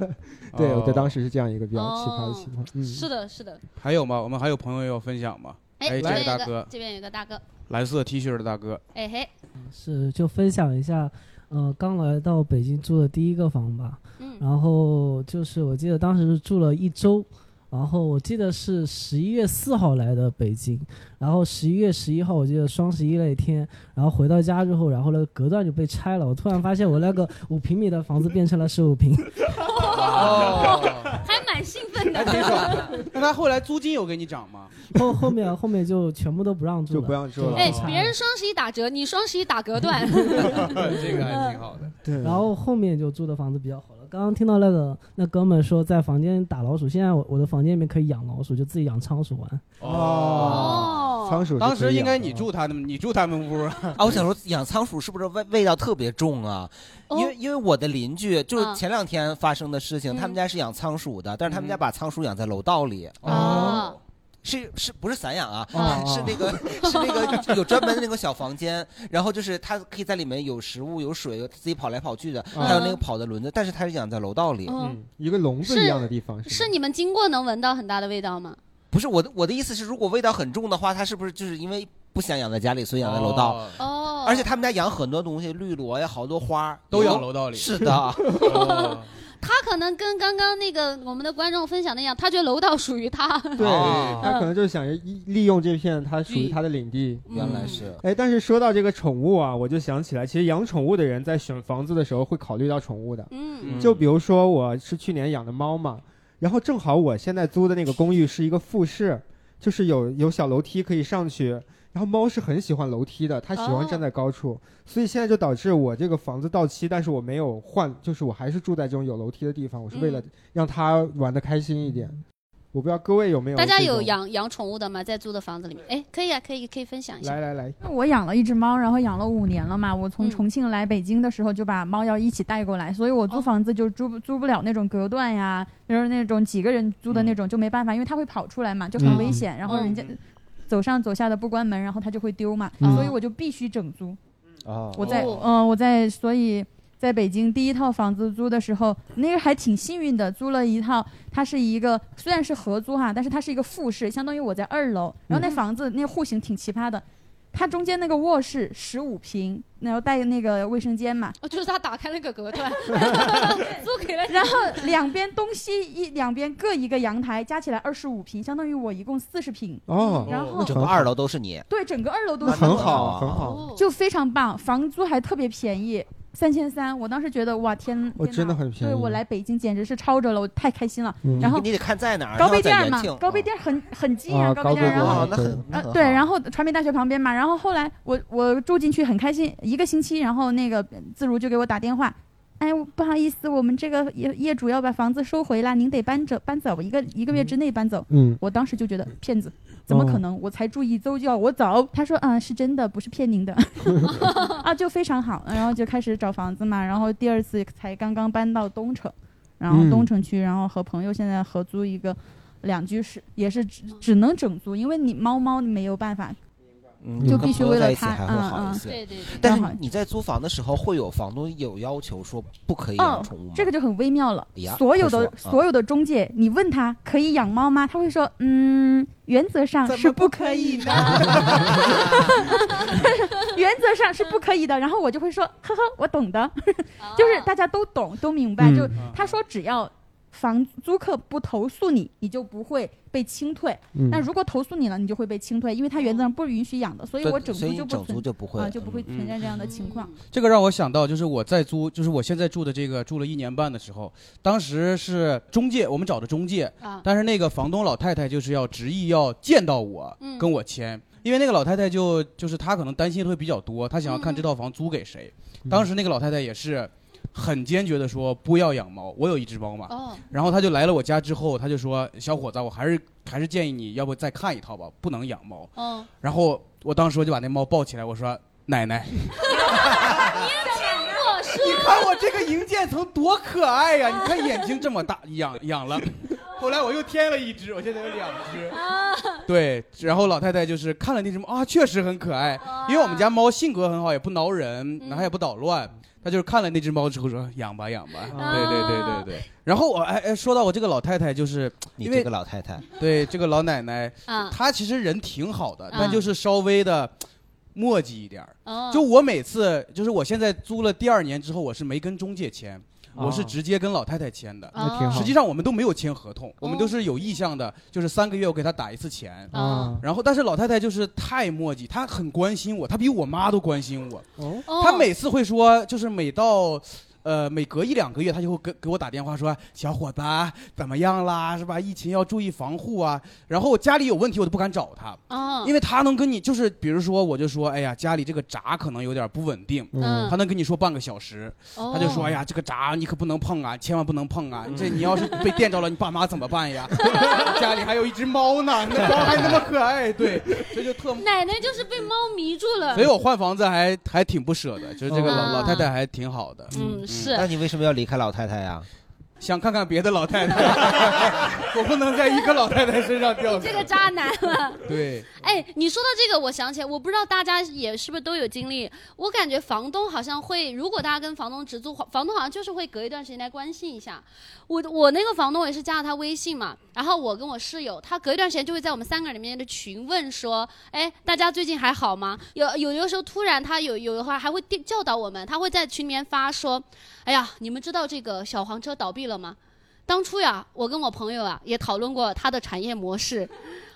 对，我在
哦
当时是这样一个比较奇葩的情况。嗯，
哦是的，是的。
还有吗？我们还有朋友要分享吗？
哎，
哎，
这
这
边有
个
一
大哥
个，，这边有一个大哥，
蓝色 T 恤的大哥，
哎嘿，
是就分享一下，呃，刚来到北京住的第一个房吧。
嗯
然后就是我记得当时是住了一周，然后我记得是十一月四号来的北京，然后十一月十一号我记得双十一那一天，然后回到家之后，然后那个隔断就被拆了，我突然发现我那 个五平米的房子变成了十五平。
还蛮兴奋的
还。挺爽的。那他后来租金有给你涨吗？
后后面后面就全部都不让住了，就不
让
住
哎，别人双十一打折，你双十一打隔断。
哎这个还挺好的。
对，然后后面就租的房子比较好了。刚刚听到那个那哥们说在房间打老鼠，现在我我的房间里面可以养老鼠，就自己养仓鼠玩。
哦仓鼠是
当
可
时
以
应该
养
你住他们，你住他们屋啊
啊，我想说养仓鼠是不是味味道特别重啊？
哦
因为因为我的邻居就是
嗯
前两天发生的事情，他们家是养仓鼠的，但是他们家把仓鼠养在楼道里。
哦，
是是不是散养啊？
哦
是那个 是那个有专门的那个小房间，然后就是它可以在里面有食物、有水，有自己跑来跑去的，
嗯
还有那个跑的轮子，但是它是养在楼道里，
嗯，
一个笼
子一样的
地方
是你们经过能闻到很大的味道吗？
不是我的我的意思是，如果味道很重的话，它是不是就是因为不想养在家里，所以养在楼道？
哦，
啊而且他们家养很多东西，绿萝呀，好多花儿
都养楼道里
是的，
他可能跟刚刚那个我们的观众分享的一样，他觉得楼道属于他。 嗯
对，
哦
他可能就是想着一利用这片他属于他的领地。
嗯
原来是
哎，但是说到这个宠物啊，我就想起来，其实养宠物的人在选房子的时候会考虑到宠物的。
嗯
就比如说我是去年养的猫嘛，然后正好我现在租的那个公寓是一个复式，就是有有小楼梯可以上去。然后猫是很喜欢楼梯的，它喜欢站在高处，所以现在就导致我这个房子到期，但是我没有换，就是我还是住在这种有楼梯的地方，我是为了
嗯
让它玩的开心一点。我不知道各位有没有
大家
这
有
种
养养宠物的吗？在租的房子里面？哎，可以啊，可以，可以分享一下。
来来来，
我养了一只猫，然后养了五年了嘛。我
嗯
从重庆来北京的时候就把猫要一起带过来，所以我
哦
租房子就租不租不了那种隔断呀，就是那种几个人租的那种就没办法，因为它会跑出来嘛，就很
嗯
危险。然后人家走上走下的不关门，然后它就会丢嘛，
嗯
所以我就必须整租。
哦
我在嗯、
哦
我在所以在北京第一套房子租的时候，那个还挺幸运的，租了一套，它是一个虽然是合租哈，但是它是一个复式，相当于我在二楼，然后那
嗯
房子、那户型挺奇葩的。它中间那个卧室十五平，然后带那个卫生间嘛，
哦，就是他打开那个隔断，租给了你
然后两边东西一两边各一个阳台，加起来二十五平，相当于我一共四十平。
哦
然
那
后
整个二楼都是你，
对，整个二楼都
那
是
很
我
好啊很好，
就非常棒，房租还特别便宜，三千三。我当时觉得哇天，
我
天
哦真的
哪
很便宜
对我来北京简直是超着了，我太开心了。
嗯
然后
你得看在哪儿
高碑店儿
然后
嘛
在延庆，
高碑店儿很很近啊，
啊
高碑店儿。然
高
后呃
碑店儿那很那很好
对，然后传媒大学旁边嘛。然后后来我我住进去很开心，一个星期，然后那个自如就给我打电话。哎，我不好意思，我们这个业业主要把房子收回了，您得搬走，搬走，一个一个月之内搬走。
嗯
我当时就觉得骗子，怎么可能？我才住一周就要我走？他说，嗯，是真的，不是骗您 的。啊，就非常好，然后就开始找房子嘛，然后第二次才刚刚搬到东城，然后
嗯
东城区，然后和朋友现在合租一个两居室，也是只只能整租，因为你猫猫没有办法。
嗯
就
跟
必须
朋友
为
在
了
一起
他
还会
嗯
好一
嗯
些。
对对对
但
更好
是你在租房的时候，会有房东有要求说不可以
哦
养宠物吗，？
这个就很微妙了
呀。
所有
快说
的
嗯
所有的中介，你问他可以养猫吗？他会说，嗯，原则上是不可以的， 原则上是不可以的。然后我就会说，呵呵，我懂的， 就是大家都懂都明白。
嗯
就他说只要。房租客不投诉你，你就不会被清退。
嗯
那如果投诉你了，你就会被清退，因为他原则上不允许养的，所以
对
我整
所
租
以
就
你
不
整
存
租就不会
啊，就不会
嗯
存在这样的情况。
这个让我想到，就是我在租，就是我现在住的这个住了一年半的时候，当时是中介，我们找的中介，
啊
但是那个房东老太太就是要执意要见到我，
嗯
跟我签，因为那个老太太就就是她可能担心会比较多，她想要看这套房租给谁。
嗯
当时那个老太太也是很坚决的说不要养猫，我有一只猫嘛，
哦
然后她就来了我家之后，她就说小伙子，我还是还是建议你要不再看一套吧，不能养猫。
嗯，
然后我当时我就把那猫抱起来，我说奶奶。
我说，
你看我这个银渐层多可爱呀、你看眼睛这么大，养养了。后来我又添了一只，我现在有两只。
啊
对，然后老太太就是看了那只猫啊，确实很可爱，因为我们家猫性格很好，也不挠人，然后也不捣乱。她就是看了那只猫之后说养吧养吧，
啊
对对对对对。然后我哎哎，说到我这个老太太，就是
你
因为
这个老太太，
对这个老奶奶
嗯，
她其实人挺好的，但
嗯
就是稍微的墨迹一点儿。
哦
就我每次，就是我现在租了第二年之后，我是没跟中介签，
哦
我是直接跟老太太签的。
那挺好
实际上我们都没有签合同，我们都是有意向的，就是三个月我给她打一次钱。
哦
然后，但是老太太就是太墨迹，她很关心我，她比我妈都关心我。
哦
她每次会说，就是每到。呃，每隔一两个月，她就会给给我打电话说：“小伙子，啊怎么样啦？是吧？疫情要注意防护啊。”然后家里有问题，我都不敢找她。
哦
因为他能跟你就是，比如说，我就说，哎呀，家里这个闸可能有点不稳定，
嗯
他能跟你说半个小时，
哦嗯
他就说，哎呀，这个闸你可不能碰啊，千万不能碰啊，这你要是被电着了，你爸妈怎么办呀？ 家里还有一只猫呢，那猫还那么可爱，对，这就特。
奶奶就是被猫迷住 了。
所以我换房子还还挺不舍的，就是这个老、
啊
老太太还挺好的，
嗯是
那你为什么要离开老太太呀、
想看看别的老太太， 我不能在一个老太太身上掉。
这个渣男了。
对，
哎，你说到这个，我想起来，我不知道大家也是不是都有经历。我感觉房东好像会，如果大家跟房东直租，房东好像就是会隔一段时间来关心一下。我我那个房东我也是加了他微信嘛，然后我跟我室友，他隔一段时间就会在我们三个人里面的群问说，哎，大家最近还好吗？有有的时候突然他有有的话还会电教导我们，他会在群里面发说，哎呀，你们知道这个小黄车倒闭了吗？当初呀，我跟我朋友啊也讨论过它的产业模式，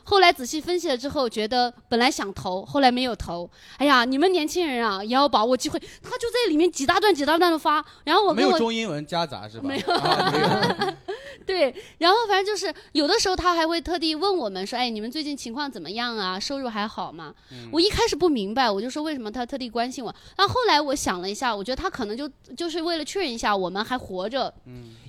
后来仔细分析了之后，觉得本来想投，后来没有投。哎呀，你们年轻人啊，也要把握机会。他就在里面几大段几大段的发，然后我
没
跟我
有中英文夹杂是吧？
没有
啊没有
对，然后反正就是有的时候他还会特地问我们说：“哎，你们最近情况怎么样啊？收入还好吗？”
嗯
我一开始不明白，我就说为什么他特地关心我。但后来我想了一下，我觉得他可能就就是为了确认一下我们还活着，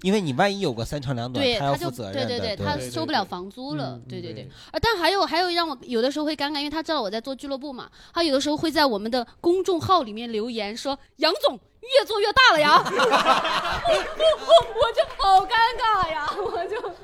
因为你万一有个三长两短，
对，
他要
就
负责任的。
对
对嗯
他收不了房租了，对对对。啊，但还有还有让我有的时候会尴尬，因为他知道我在做俱乐部嘛，他有的时候会在我们的公众号里面留言说：“杨总越做越大了 呀！” 我我我就好尴尬呀，我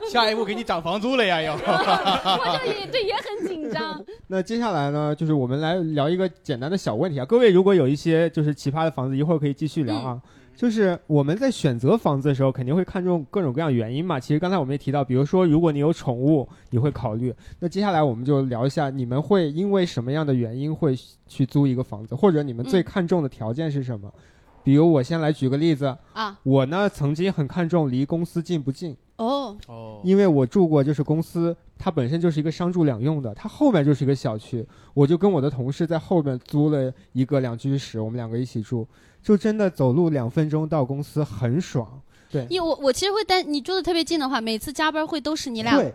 就
下一步给你涨房租了呀，要。
啊
我就也对也很紧张。
那接下来呢，就是我们来聊一个简单的小问题啊。各位如果有一些就是奇葩的房子，一会儿可以继续聊啊。
嗯
就是我们在选择房子的时候，肯定会看重各种各样原因嘛。其实刚才我们也提到，比如说如果你有宠物，你会考虑。那接下来我们就聊一下，你们会因为什么样的原因会去租一个房子，或者你们最
嗯
看重的条件是什么？比如我先来举个例子
啊
我呢曾经很看重离公司近不近。
哦
哦
因为我住过，就是公司它本身就是一个商住两用的，它后面就是一个小区，我就跟我的同事在后面租了一个两居室，我们两个一起住，就真的走路两分钟到公司，很爽。对，
因为我我其实会担，你住的特别近的话，每次加班会都是你俩。
对，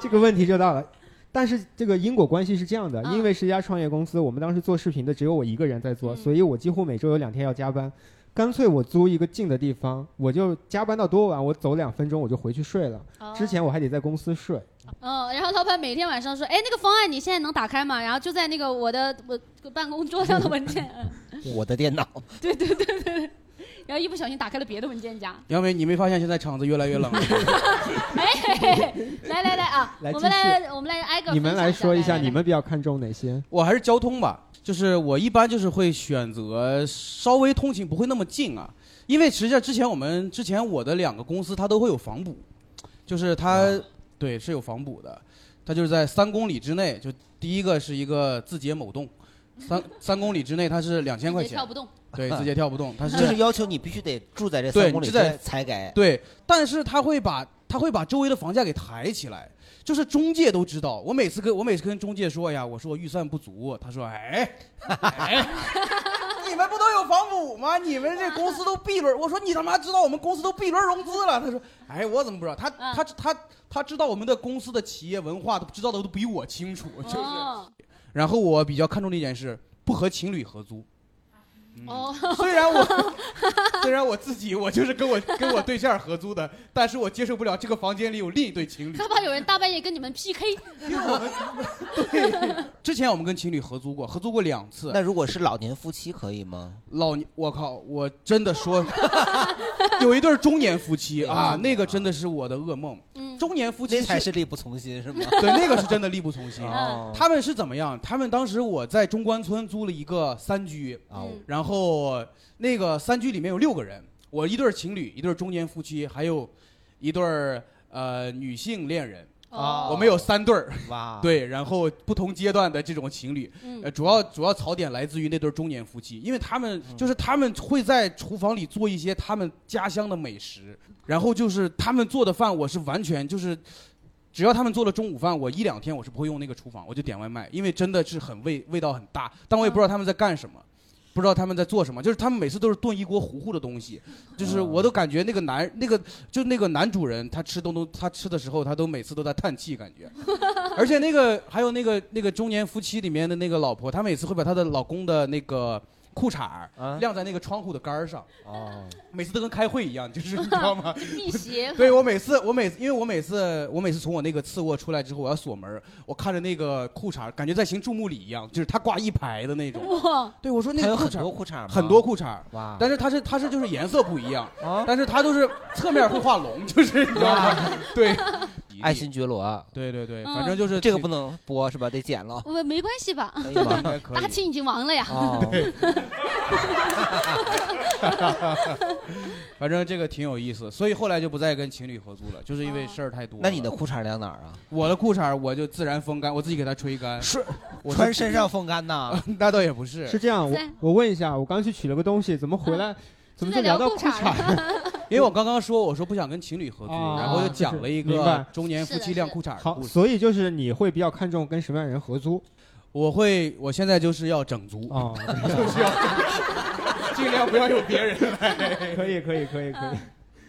这个问题就到了。但是这个因果关系是这样的，因为是一家创业公司，我们当时做视频的只有我一个人在做，所以我几乎每周有两天要加班。干脆我租一个近的地方，我就加班到多晚，我走两分钟我就回去睡了。之前我还得在公司睡。
嗯，然后老板每天晚上说，哎，那个方案你现在能打开吗？然后就在那个我的我办公桌上的文件，
我的电脑，
对对对对，然后一不小心打开了别的文件夹。
杨梅，你没发现现在场子越来越冷吗？
哎， 来来来啊，
来
我
继
们
续
来我们来挨个
你们
分享
来说一下，
来来
你们比较看重哪些？
我还是交通吧，就是我一般就是会选择稍微通勤不会那么近啊，因为实际上之前我们之前我的两个公司它都会有房补，就是它、
啊
对是有房补的，它就是在三公里之内，就第一个是一个字节某动，三三公里之内它是两千块
字节
钱，
跳不动
对字节跳不动，它是
就是要求你必须得住在这
对
三公里
是
之
在
内才给。
对，但是他会把他会把周围的房价给抬起来，就是中介都知道。我每次跟我每次跟中介说哎呀，我说我预算不足，他说哎，哎你们不都有房补吗？你们这公司都 B 轮，我说你他妈知道我们公司都 B 轮融资了？他说哎，我怎么不知道？他他他他知道我们的公司的企业文化，都知道的都比我清楚，就是。
哦
然后我比较看重的一点是不和情侣合租。
哦，
虽 然我 虽然我自己我就是跟我跟我对象合租的，但是我接受不了这个房间里有另一对情侣
害。怕有人大半夜跟你们 PK，
之前我们跟情侣合租过，合租过两次。
那如果是老年夫妻可以吗？
老年，我靠，我真的说， 有一对中年夫妻啊，那个真的是我的噩梦。
嗯
中年夫妻
那才是力不从心是吗？
对，那个是真的力不从心
哦。
他们是怎么样？他们当时我在中关村租了一个三居，
哦
然后那个三居里面有六个人，我一对儿情侣，一对儿中年夫妻，还有一对儿呃女性恋人。
哦
我们有三对儿，
哇
对，然后不同阶段的这种情侣，
嗯
呃，主要主要槽点来自于那对儿中年夫妻，因为他们就是他们会在厨房里做一些他们家乡的美食，然后就是他们做的饭，我是完全就是只要他们做了中午饭，我一两天我是不会用那个厨房，我就点外卖，因为真的是很味味道很大，但我也不知道他们在干什么。不知道他们在做什么，就是他们每次都是炖一锅糊糊的东西，就是我都感觉那个男那个就那个男主人他吃东东他吃的时候他都每次都在叹气感觉， 而且那个还有那个那个中年夫妻里面的那个老婆，她每次会把她的老公的那个裤衩儿晾在那个窗户的杆儿上，
哦，
每次都跟开会一样，就是你知道吗？
辟邪。
对我每次，我每次，因为我每次，我每次从我那个次卧出来之后，我要锁门儿，我看着那个裤衩儿，感觉在行注目礼一样，就是他挂一排的那种。
哇，
对我说那
还
个
有
裤
很
衩
多裤衩吗
很多裤衩儿
哇
但是它是它是就是颜色不一样，但是它都是侧面会画龙，就是你知道吗？对，
爱新觉罗，
对对对
嗯反正就是
这个不能播是吧？得剪了。
我没关系吧
哎呀妈应该？可 以
大清已经亡了呀。
哦对
反正这个挺有意思，所以后来就不再跟情侣合租了，就是因为事儿太多了。
那你的裤衩晾哪儿啊？
我的裤衩儿我就自然风干，我自己给它吹干。
是
我是
穿身上风干 呐？
那倒也不是，
是这样，我
在
我问一下，我刚去取了个东西，怎么回来？怎么就聊到裤衩儿？
因为我刚刚说我说不想跟情侣合租，
哦
然后又讲了一
明白
个中年夫妻晾裤衩的
好，
故事。
所以就是你会比较看重跟什么样的人合租？
我会，我现在就是要整租
啊，
就是要尽量不要有别人来。
可以，可以，可以，
嗯
可以。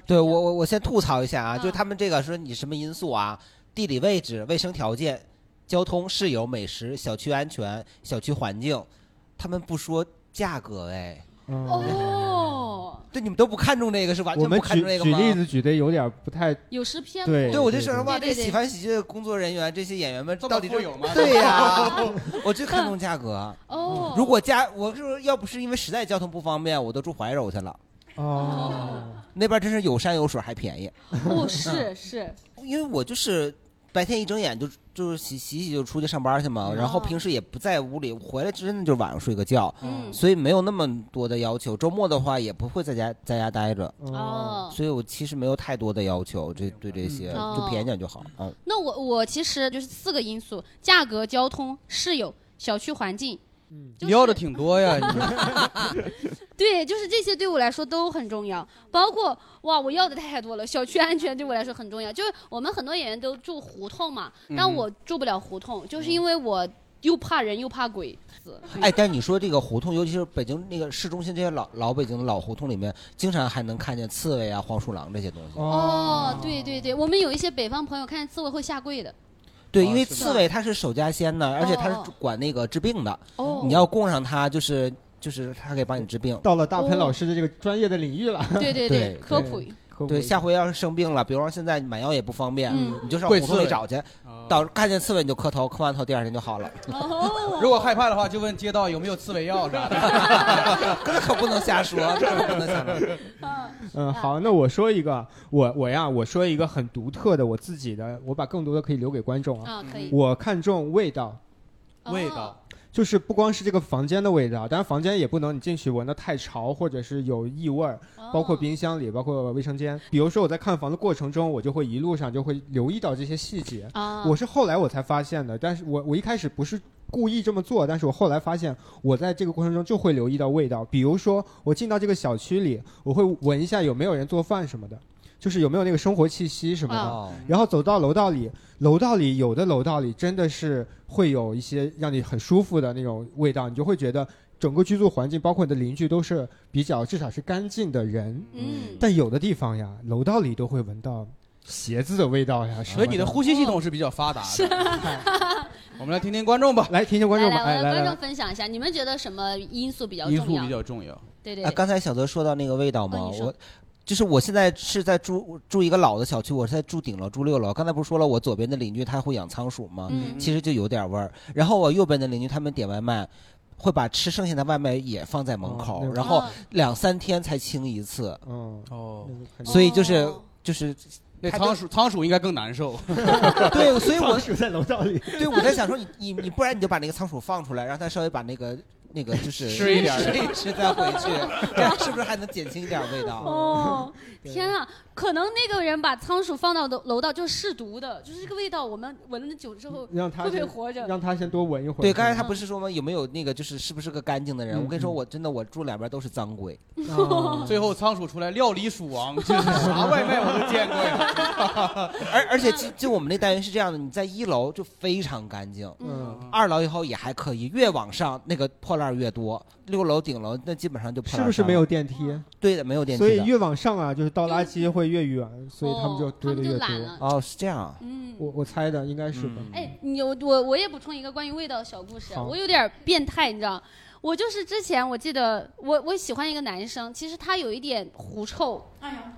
对我我我先吐槽一下啊，就是他们这个说你什么因素啊，地理位置、卫生条件、交通、室友、美食、小区安全、小区环境，他们不说价格哎。
哦，
对，你们都不看重这个是
啊
完
嗯我
全不
们
看
举
重这个
举
吗？
例子举的有点不太
有失偏颇。
对
对，我就想说哇，
对
这
对
喜欢喜剧的工作人员，这些演员们到底
富有吗
对 呀，我就看重价格。
嗯哦
如果价，我是要不是因为实在交通不方便，我都住怀柔去了。
哦，
那边真是有山有水，还便宜。
哦，是是，
因为我就是白天一睁眼就就是洗洗洗就出去上班去嘛，然后平时也不在屋里，回来真的就晚上睡个觉，
嗯
所以没有那么多的要求。周末的话也不会在家在家待着，
哦
所以我其实没有太多的要求，这对这些、
嗯
就便宜点就好啊。
那我我其实就是四个因素：价格、交通、室友、小区环境。
你要的挺多呀，你
对，就是这些对我来说都很重要，包括哇，我要的太多了。小区安全对我来说很重要，就是我们很多演员都住胡同嘛，但
嗯
我住不了胡同，就是因为我又怕人又怕鬼。
哎，但你说这个胡同，尤其是北京那个市中心这些老老北京的老胡同里面，经常还能看见刺猬啊、黄鼠狼这些东西。
哦，对对对，我们有一些北方朋友看见刺猬会下跪的。
对，
哦
因为
是吗
刺猬它是守家仙的，而且它是
哦哦
管那个治病的。
哦
你要供上它，就是就是它可以帮你治病。
到了大潘老师的这个专业的领域了。
对对
对
科普
克服
对，
一下
下回要是生病了，比如说现在你买药也不方便，
嗯
你就上
跪
胡同
刺
里
猬
找去，
哦
到看见刺猬你就磕头，磕完头第二天就好了。
哦
如果害怕的话，就问街道有没有刺猬药啥 的。
这可不能瞎说，这可不能瞎说。
啊
嗯，好，那我说一个，我我呀，我说一个很独特的我自己的，我把更多的可以留给观众啊。
啊可以
我看重味道，
味道，
就是不光是这个房间的味道，当然房间也不能你进去闻的太潮，或者是有异味儿，包括冰箱里，包括卫生间。比如说我在看房的过程中，我就会一路上就会留意到这些细节。
啊
我是后来我才发现的，但是我我一开始不是故意这么做，但是我后来发现，我在这个过程中就会留意到味道。比如说我进到这个小区里，我会闻一下有没有人做饭什么的。就是有没有那个生活气息什么的，
哦
然后走到楼道里，楼道里有的楼道里真的是会有一些让你很舒服的那种味道，你就会觉得整个居住环境，包括你的邻居都是比较至少是干净的人。
嗯，
但有的地方呀，楼道里都会闻到鞋子的味道呀，什么
所以你的呼吸系统是比较发达的。我们来听听观众吧，
来听听观
来来，我让观众分享一下，你们觉得什么因素比较重要？
重要。
对对
啊，刚才小泽说到那个味道嘛，
哦你说
我就是我现在是在住住一个老的小区，我是在住顶楼，住六楼。刚才不是说了，我左边的邻居他会养仓鼠吗？
嗯
其实就有点味儿。然后我右边的邻居他们点外卖。会把吃剩下的外卖也放在门口，
那个
然后
哦
两三天才清一次，
嗯
哦，
所以就是、
哦
就是
那
他就
仓鼠仓鼠应该更难 受。
对，所以 我
在楼道里。
对，我在想说你你你，不然你就把那个仓鼠放出来，让它稍微把那个那个就是
吃一点儿
吃一吃再回去， 这样是不是还能减轻一点味道？
哦，天啊！可能那个人把仓鼠放到楼楼道就是试毒的，就是这个味道，我们闻了酒之
嗯
后
让他
会不会
先
活着？
让他先多闻一会儿。
对，刚 才他不是说吗？有没有那个就是是不是个干净的人？
嗯
我跟你说，
嗯
我真的我住两边都是脏鬼。
哦最后仓鼠出来料理鼠王，这是啥外卖我都见过呀。
而而且就就我们那单元是这样的，你在一楼就非常干净，
嗯，
二楼以后也还可以，越往上那个破烂儿越多，六楼顶楼那基本上就破烂
是
儿
不是
上
没
了
有？电梯？
对的，没有电梯
所
的。
以 越往上啊，就是倒垃圾会越远，所以他们就堆的越
他们就懒
多。
哦，是这样。
啊
嗯，
我我猜的应该是吧。
哎，你有我我也补充一个关于味道的小故事，啊
好
我有点变态，你知道。我就是之前我记得我我喜欢一个男生，其实他有一点狐臭，哎呀，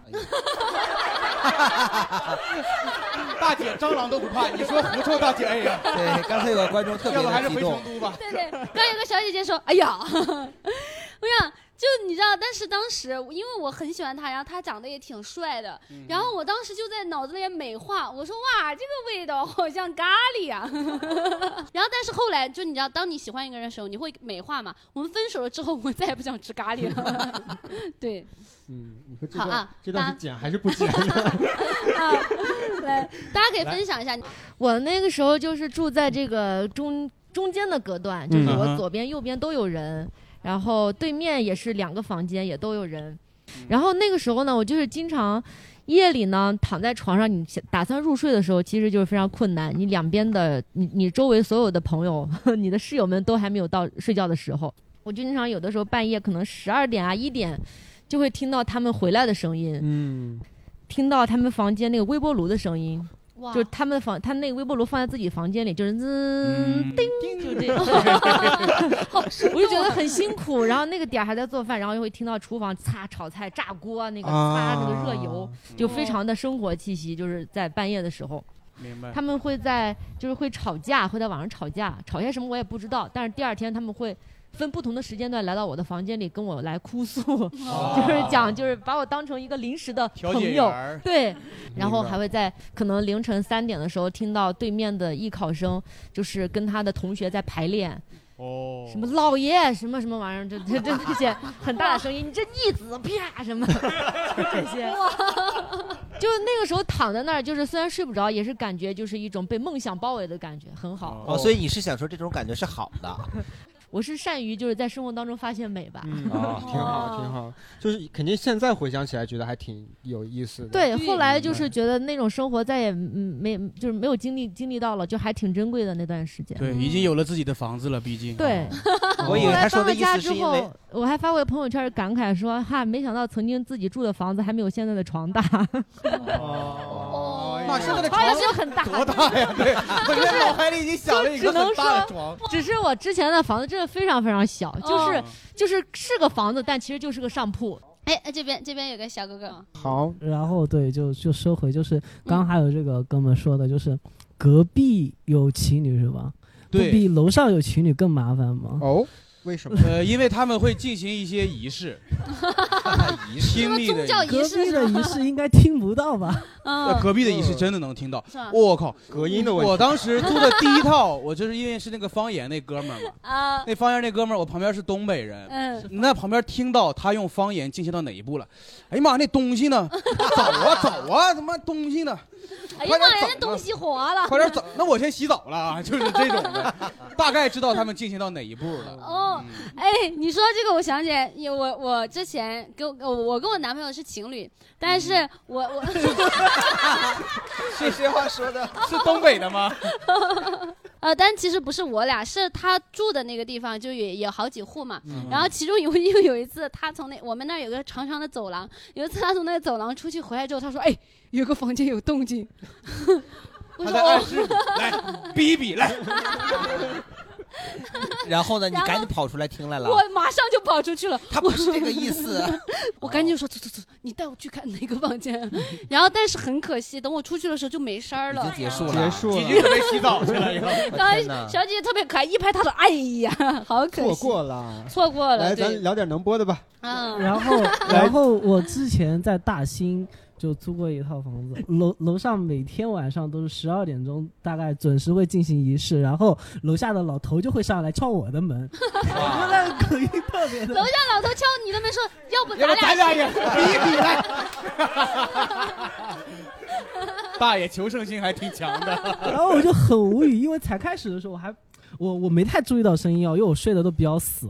大姐蟑螂都不怕，你说狐臭大姐哎呀。
对，刚才有个观众特别
要不还是
的激
回
动
成。都吧。
对对，刚有个小姐姐说：“哎呀， 我想就你知道，但是当时因为我很喜欢他，然后他长得也挺帅的，
嗯
然后我当时就在脑子里美化，我说哇，这个味道好像咖喱啊。 然后但是后来就你知道，当你喜欢一个人的时候，你会美化嘛？我们分手了之后，我再也不想吃咖喱了。 对，
嗯，你说这
好
段、
啊
这段
大
是剪还是 不
哦
剪呢？
啊，来，大家可以分享一下。
我那个时候就是住在这个中中间的隔断，就是
嗯
我
啊
左边右边都有人，然后对面也是两个房间也都有人。
嗯
然后那个时候呢，我就是经常夜里呢躺在床上，你想打算入睡的时候，其实就是非常困难。你两边的你你周围所有的朋友、 你的室友们都还没有到睡觉的时候，我就经常有的时候半夜可能十二点啊一点，就会听到他们回来的声音。
嗯，
听到他们房间那个微波炉的声音
哇。
就是他们房，他那个微波炉放在自己房间里，就是滋、叮，就这样， 我就觉
啊
得很辛苦。然后那个点儿还在做饭，然后又会听到厨房擦炒菜、炸锅，啊那个擦那个热油，就非常的生活气息。就是在半夜的时候，
明
哎
白
他们会在就是会吵架，会在网上吵架，吵些什么我也不知道。但是第二天他们会分不同的时间段来到我的房间里跟我来哭诉，就是讲就是把我当成一个临时的
哦调
朋
解
友
员儿，
对，然后
明白
还会在可能凌晨三点的时候听到对面的艺考生就是跟他的同学在排练。
哦，
什么老爷什么什么玩意儿，这这这这些很大的声音，你这逆子啪什么这 些， 就那个时候躺在那儿，就是虽然睡不着，也是感觉就是一种被梦想包围的感觉，很好。
哦，所以你是想说这种感觉是好的？
我是善于就是在生活当中发现美吧。哦
啊， 挺
哦
好，挺好，就是肯定现在回想起来觉得还挺有意思的。
对，后来
嗯
就是觉得那种生活再也嗯没就是没有经历经历到了，就还挺珍贵的那段时间。
对，已经有了自己的房子了，毕竟。
对，
我以为
后来
他说
搬
的
了
意思
家
是
之
因为
后， 我还发过朋友圈感慨说：“哈，没想到曾经自己住的房子还没有现在的床大。
哦，那现在的
哎呀
床
这很大
多大呀？ 对，我
就
现
是
在脑海里已经想了一
就
个
只能
很大
说
的床。，
只是我之前的房子真的非常非常小，就是
哦
就是是个房子，但其实就是个上铺。
哎，这边这边有个小哥
嗯
哥，
好，
然后对，就就收回，就是刚还有这个哥们说的，就是隔壁有情侣是吧？不
对
比楼上有情侣更麻烦吗？
哦，为什么？
呃，因为他们会进行一些仪式，仪式，亲密的仪式
隔壁的仪式应该听不到吧？
呃隔壁的仪式真的能听到
啊是吧，
我靠，
隔音的问题
我当时租的第一套，我就是因为是那个方言那哥们儿嘛，
啊，
那方言那哥们儿，我旁边是东北人，
嗯，
你在旁边听到他用方言进行到哪一步了？哎呀妈，那东西 呢？走啊走啊，他妈东西呢？
哎呀
快点
妈呀，
走
那东西活了，嗯
快点走，那我先洗澡了啊，就是这种的，大概知道他们进行到哪一步了。
哦，
嗯
哎，你说这个，我想起来，有我我之前跟我我跟我男朋友是情侣，但
嗯
是我我
这些话说的
是东北的 吗？
呃，但其实不是我俩，是他住的那个地方，就也有好几户嘛。
嗯
然后其中有 又有一次，他从那我们那儿有个长长的走廊，有一次他从那个走廊出去回来之后，他说：“哎，有个房间有动静。” 我
他
说
在暗
哦
示你，来比一比来。
然后呢，你
然后
赶紧跑出来听来了。
我马上就跑出去了。
他不是这个意思。
我赶紧就说：“走走走，你带我去看哪个房间。”
嗯
然后，但是很可惜，等我出去的时候就没声儿了，
已经结束了，
结束了
已经
准备洗澡去
然
了
天
后
哪
小姐姐特别可爱，一拍她说：“哎呀，好可惜，
错过了，
错过了
来，
对
咱聊点能播的吧。
嗯，
然 后，然后我之前在大兴就租过一套房子，楼楼上每天晚上都是十二点钟，大概准时会进行仪式，然后楼下的老头就会上来敲我的门，那个口音特别的。
楼下老头敲你的门说，要不
要不咱俩
去
也 比一比来。大爷求胜心还挺强
然
的。
后我就很无语，因为才开始的时候我还我我没太注意到声音啊，因为我睡得都比较死。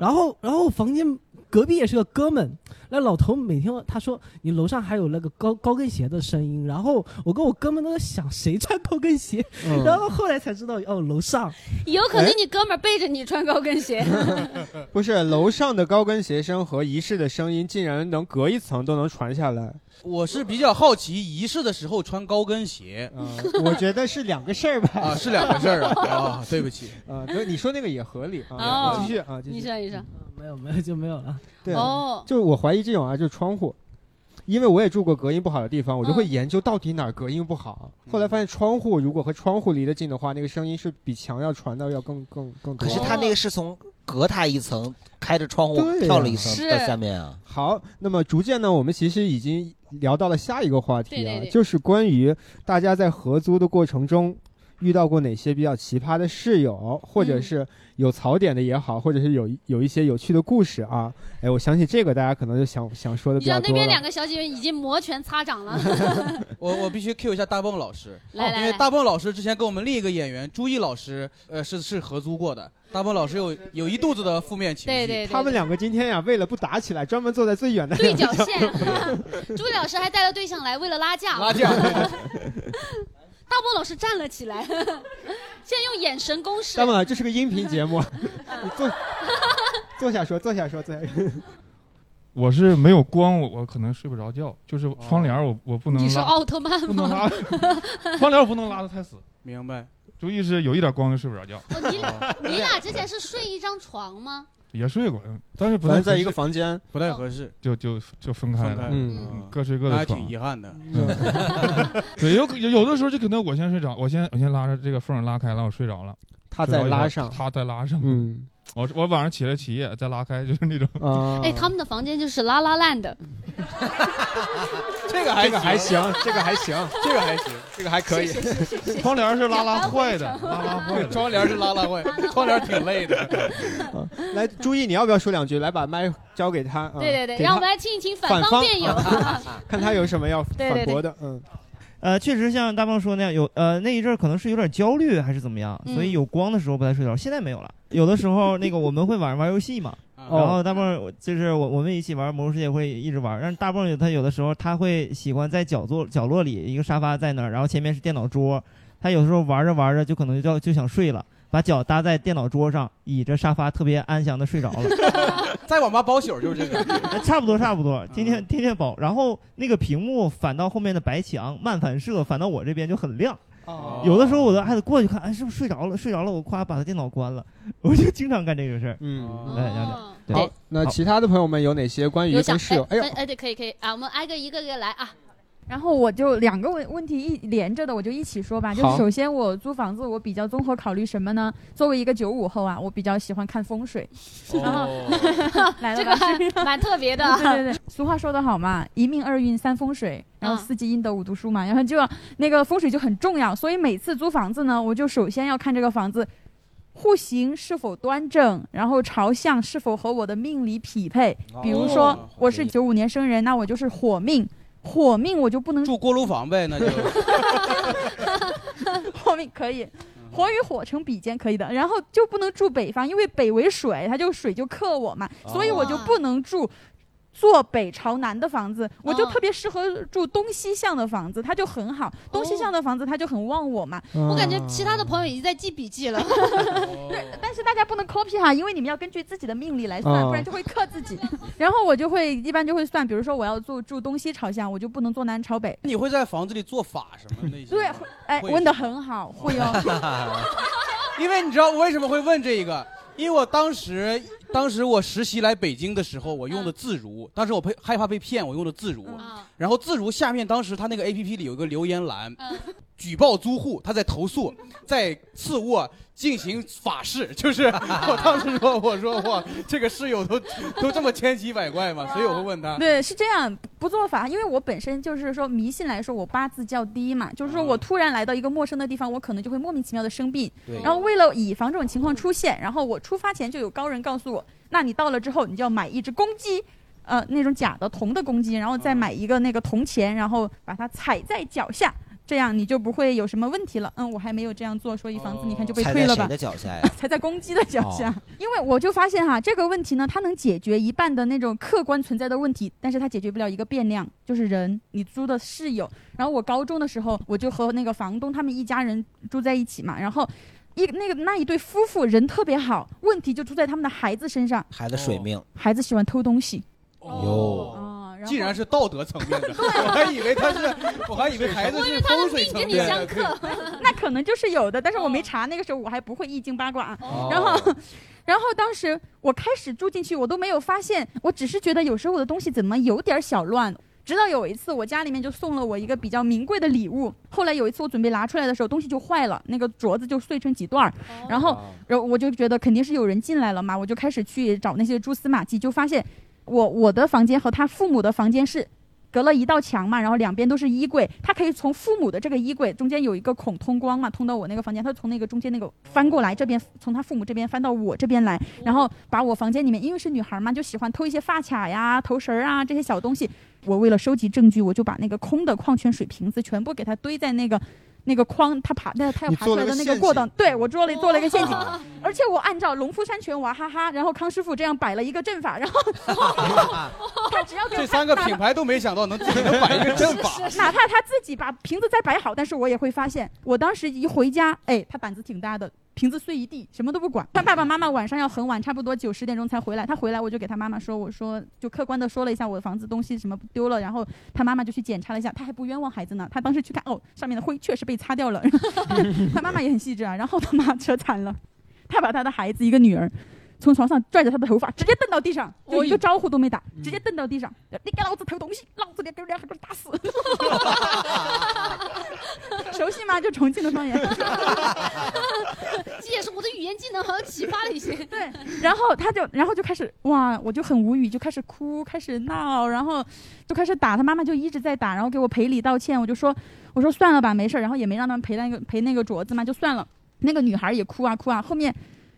然后然后房间隔壁也是个哥们，那老头每天他说你楼上还有那个高高跟鞋的声音，然后我跟我哥们都在想谁穿高跟鞋，
嗯
然后后来才知道哦楼上。
有可能
哎
你哥们儿背着你穿高跟鞋，
哎
嗯
不是楼上的高跟鞋声和仪式的声音，竟然能隔一层都能传下来。
我是比较好奇仪式的时候穿高跟鞋，
嗯我觉得是两个事儿吧。
啊是两个事儿 啊啊对不起
啊，对你说那个也合理 啊。
哦
你继续啊，继续
你。说你说，
没有没有就没有了。
对，
哦
就是我怀疑这种啊，就是窗户，因为我也住过隔音不好的地方，我就会
嗯
研究到底哪儿隔音不好。后来发现窗户如果和窗户离得近的话，那个声音是比墙要传到要更更更多。
可是他那个是从隔他一层，开着窗户
对呀
跳了一层
是
到下面啊。
呃好，那么逐渐呢，我们其实已经聊到了下一个话题啊，
对对对
就是关于大家在合租的过程中遇到过哪些比较奇葩的室友，或者
嗯
是有槽点的也好，或者是有有一些有趣的故事啊。哎，我相信这个大家可能就想想说的
你
比
知道
较
那
多
边两
了。
个小姐姐已经摩拳擦掌了，
我我必须 Q 一下大蹦老师，啊
来来
因为
来
大蹦老师之前跟我们另一个演员朱毅老师，呃是是合租过的。大蹦老师有有一肚子的负面情绪，
他们两个今天呀，为了不打起来，专门坐在最远的
对
两个
角 线。 朱莉老师还带了对象来，为了拉架，
拉架
大波老师站了起来，现在用眼神攻势嗯
大。梦啊，这是个音频节目，你坐坐下说，坐下说，坐下 说。
我是没有光，我我可能睡不着觉，就是窗帘儿
哦
我我不能
你是
拉，
奥特曼
不能
吗
拉？窗帘儿不能拉的太死。
明白。
注意是有一点光就睡不着觉，
哦你俩你俩之前是睡一张床吗？
也睡过，但是不
反
太
正在
合
一个
适
房间，
不太合 适，
就就就分开
分
了
开，
嗯
嗯，各睡各
那
的
还
床，
挺遗憾的。
嗯 对，有有有的时候就可能我先睡着，我先我先拉着这个缝儿拉开了，我睡着了，
他
睡着
再
以后
拉上
他再拉上，
嗯，
我我晚上起来起夜再拉开，就是那种
啊
哎，他们的房间就是拉拉烂的，
嗯
这
个还这个还行， 这个还行，
这个还行，
这个还可以。
窗帘是拉拉坏的，拉拉坏的，
窗帘是拉拉坏，窗帘挺累 的。
来，朱毅，你要不要说两句？来，把麦交给他。啊
对对对，
给他
让我们来听一听
反
方 辩友。
看他有什么要
对对
反驳的。嗯，
呃，确实像大胖说那样，有呃那一阵儿可能是有点焦虑还是怎么样，所以
嗯
有光的时候不太睡着。现在没有了，有的时候那个我们会晚上玩游戏嘛，
嗯
哦
然后大胖我就是我我们一起玩《魔兽世界》会一直玩，但是大胖他有的时候他会喜欢在角座角落里一个沙发在那儿，然后前面是电脑桌，他有时候玩着玩着就可能就要就想睡了，把脚搭在电脑桌上，倚着沙发特别安详的睡着了。
在网吧包宿就是这个， 嗯
差不多差不多，天天天天保，然后那个屏幕反到后面的白墙漫反射，反到我这边就很亮。
哦
有 的时候我都还得过 去看，哎，是不是睡着了？睡着了，我夸把他电脑关了，我就经常干这个事儿。
嗯
哎，两两
好，那其他的朋友们有哪些关于
有想
跟室友？哎
哎
呦，
哎对，可以可以啊，我们挨个一个个来啊。
然后我就两个问问题一连着的，我就一起说吧。就
好
是首先我租房子，我比较综合考虑什么呢？作为一个九五后啊，我比较喜欢看风水。 然后 来
这
了吧，
个还 蛮特别的
嗯对 对对，俗话说得好嘛，一命二运三风水，然嗯后四季阴德五读书嘛，然后就那个风水就很重要。所以每次租房子呢，我就首先要看这个房子户型是否端正，然后朝向是否和我的命理匹配。比如说
哦
我是九五年生人，那我就是火命。火命我就不能
住锅炉房呗，那就
火命可
嗯
以，火与火成比肩可以的。然后就不能住北方，因为北为水，它就水就克我嘛，所以我
哦
就不能住坐北朝南的房子，我就
哦
特别适合住东西向的房子，它就很好。东西向的房子它就很旺我嘛。
我感
哦
觉其他的朋友已经在记笔记 了。
但是大家不能 copy 哈，因为你们要根据自己的命理来算，
哦
不然就会克自己。然后我就会一般就会算，比如说我要住住东西朝向，我就不能坐南朝北。
你会在房子里做法什么的？
对，哎，
会
问的很好，会哦。
因为你知道我为什么会问这个？因为我当时，当时我实习来北京的时候，我用的自如。当时我被害怕被骗，我用的自如。然后自如下面当时他那个 A P P 里有一个留言栏，举报租户，他在投诉，在次卧进行法事。 就是我当时说，我说哇，这个室友都都这么千奇百怪吗？所以我会问他。
对，是这样，不做法，因为我本身就是说迷信来说，我八字较低嘛，就是说我突然来到一个陌生的地方，我可能就会莫名其妙的生病
对。
然后为了以防这种情况出现，然后我出发前就有高人告诉我，那你到了之后，你就要买一只公鸡。呃，那种假的铜的公鸡，然后
嗯
再买一个那个铜钱，然后把它踩在脚下，这样你就不会有什么问题了。嗯，我还没有这样做，所以房子你看就被
哦踩
退
在
了
谁
吧。
的脚下呀？
才在公鸡的脚下。
哦
因为我就发现哈，这个问题呢，它能解决一半的那种客观存在的问题，但是它解决不了一个变量，就是人，你租的室友。然后我高中的时候，我就和那个房东他们一家人住在一起嘛，然后一那个那一对夫妇人特别好，问题就出在他们的孩子身上，
孩子水命
孩子喜欢偷东西。
哟，竟然是道德层面的，我还以为他是，我还以为孩子是风水层面的。对
那可能就是有的，但是我
哦
没查，那个时候我还不会易经八卦啊。然后，然后当时我开始住进去，我都没有发现，我只是觉得有时候我的东西怎么有点小乱。直到有一次，我家里面就送了我一个比较名贵的礼物。后来有一次我准备拿出来的时候，东西就坏了，那个镯子就碎成几段儿。
哦
然后，然后我就觉得肯定是有人进来了嘛，我就开始去找那些蛛丝马迹，就发现我我的房间和他父母的房间是隔了一道墙嘛，然后两边都是衣柜，他可以从父母的这个衣柜中间有一个孔通光嘛，通到我那个房间，他从那个中间那个翻过来，这边从他父母这边翻到我这边来，然后把我房间里面，因为是女孩嘛，就喜欢偷一些发卡呀、头绳儿啊这些小东西。我为了收集证据，我就把那个空的矿泉水瓶子全部给它堆在那个。那个框，他爬，那他要
你
爬
做
出来
了
的
个
那个
陷
过
阱
道，对我做了做了一个陷阱
哇，
而且我按照农夫山泉娃哈哈，然后康师傅这样摆了一个阵法，然后他只要给
这
我看
三个
哪
品
怕
牌都没想到能自己能摆一个阵法，
哪怕他自己把瓶子再摆好，但是我也会发现，我当时一回家，哎，他胆子挺大的，瓶子碎一地，什么都不管。他爸爸妈妈晚上要很晚，差不多九十点钟才回来。他回来我就给他妈妈说，我说就客观的说了一下我的房子东西什么丢了，然后他妈妈就去检查了一下，他还不冤枉孩子呢。他当时去看，哦，上面的灰确实被擦掉了。 他妈妈也很细致啊，然后他妈 扯惨了，他把他的孩子一个女儿。从床上拽着他的头发，直接蹬到地上，就一个招呼都没打，直接蹬到地上。你给老子偷东西，老子连给人还给你打死！熟悉吗？就重庆的方言。
这也是我的语言技能好像启发了一些。
对，然后他就，然后就开始哇，我就很无语，就开始哭，开始闹，然后就开始打他妈妈，就一直在打，然后给我赔礼道歉，我就说我说算了吧，没事儿，然后也没让他们赔那个赔那个镯子嘛，就算了。那个女孩也哭啊哭啊，后面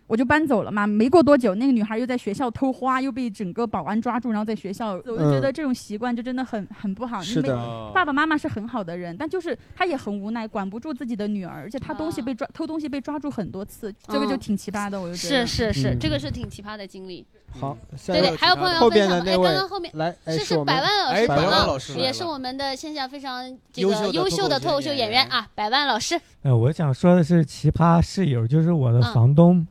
我就搬走了嘛。没过多久，那个女孩又在学校偷花，又被整个保安抓住，然后在学校，我就觉得这种习惯就真的很很不好。你
嗯是的
没爸爸妈妈是很好的人，但就是他也很无奈，管不住自己的女儿，而且他东西被抓偷东西被抓住很多次，这个就
嗯
挺奇葩的，我就
啊
觉
是
得
是是，
嗯
这个是挺奇葩的经历。
好，下
对
一
对，
位
还有朋友
后
分
边
享
的
了，
那
哎，
位，
刚刚后面
来，哎
是
是我们
百万老
哎
师
百
朋
万
友
老师来
也
了
是我们的线下非常这
优
个
秀的
优
脱
秀
口
的
秀哦
脱口秀演员啊，百万老师。
呃，我想说的是奇葩室友，就是我
嗯
的房东。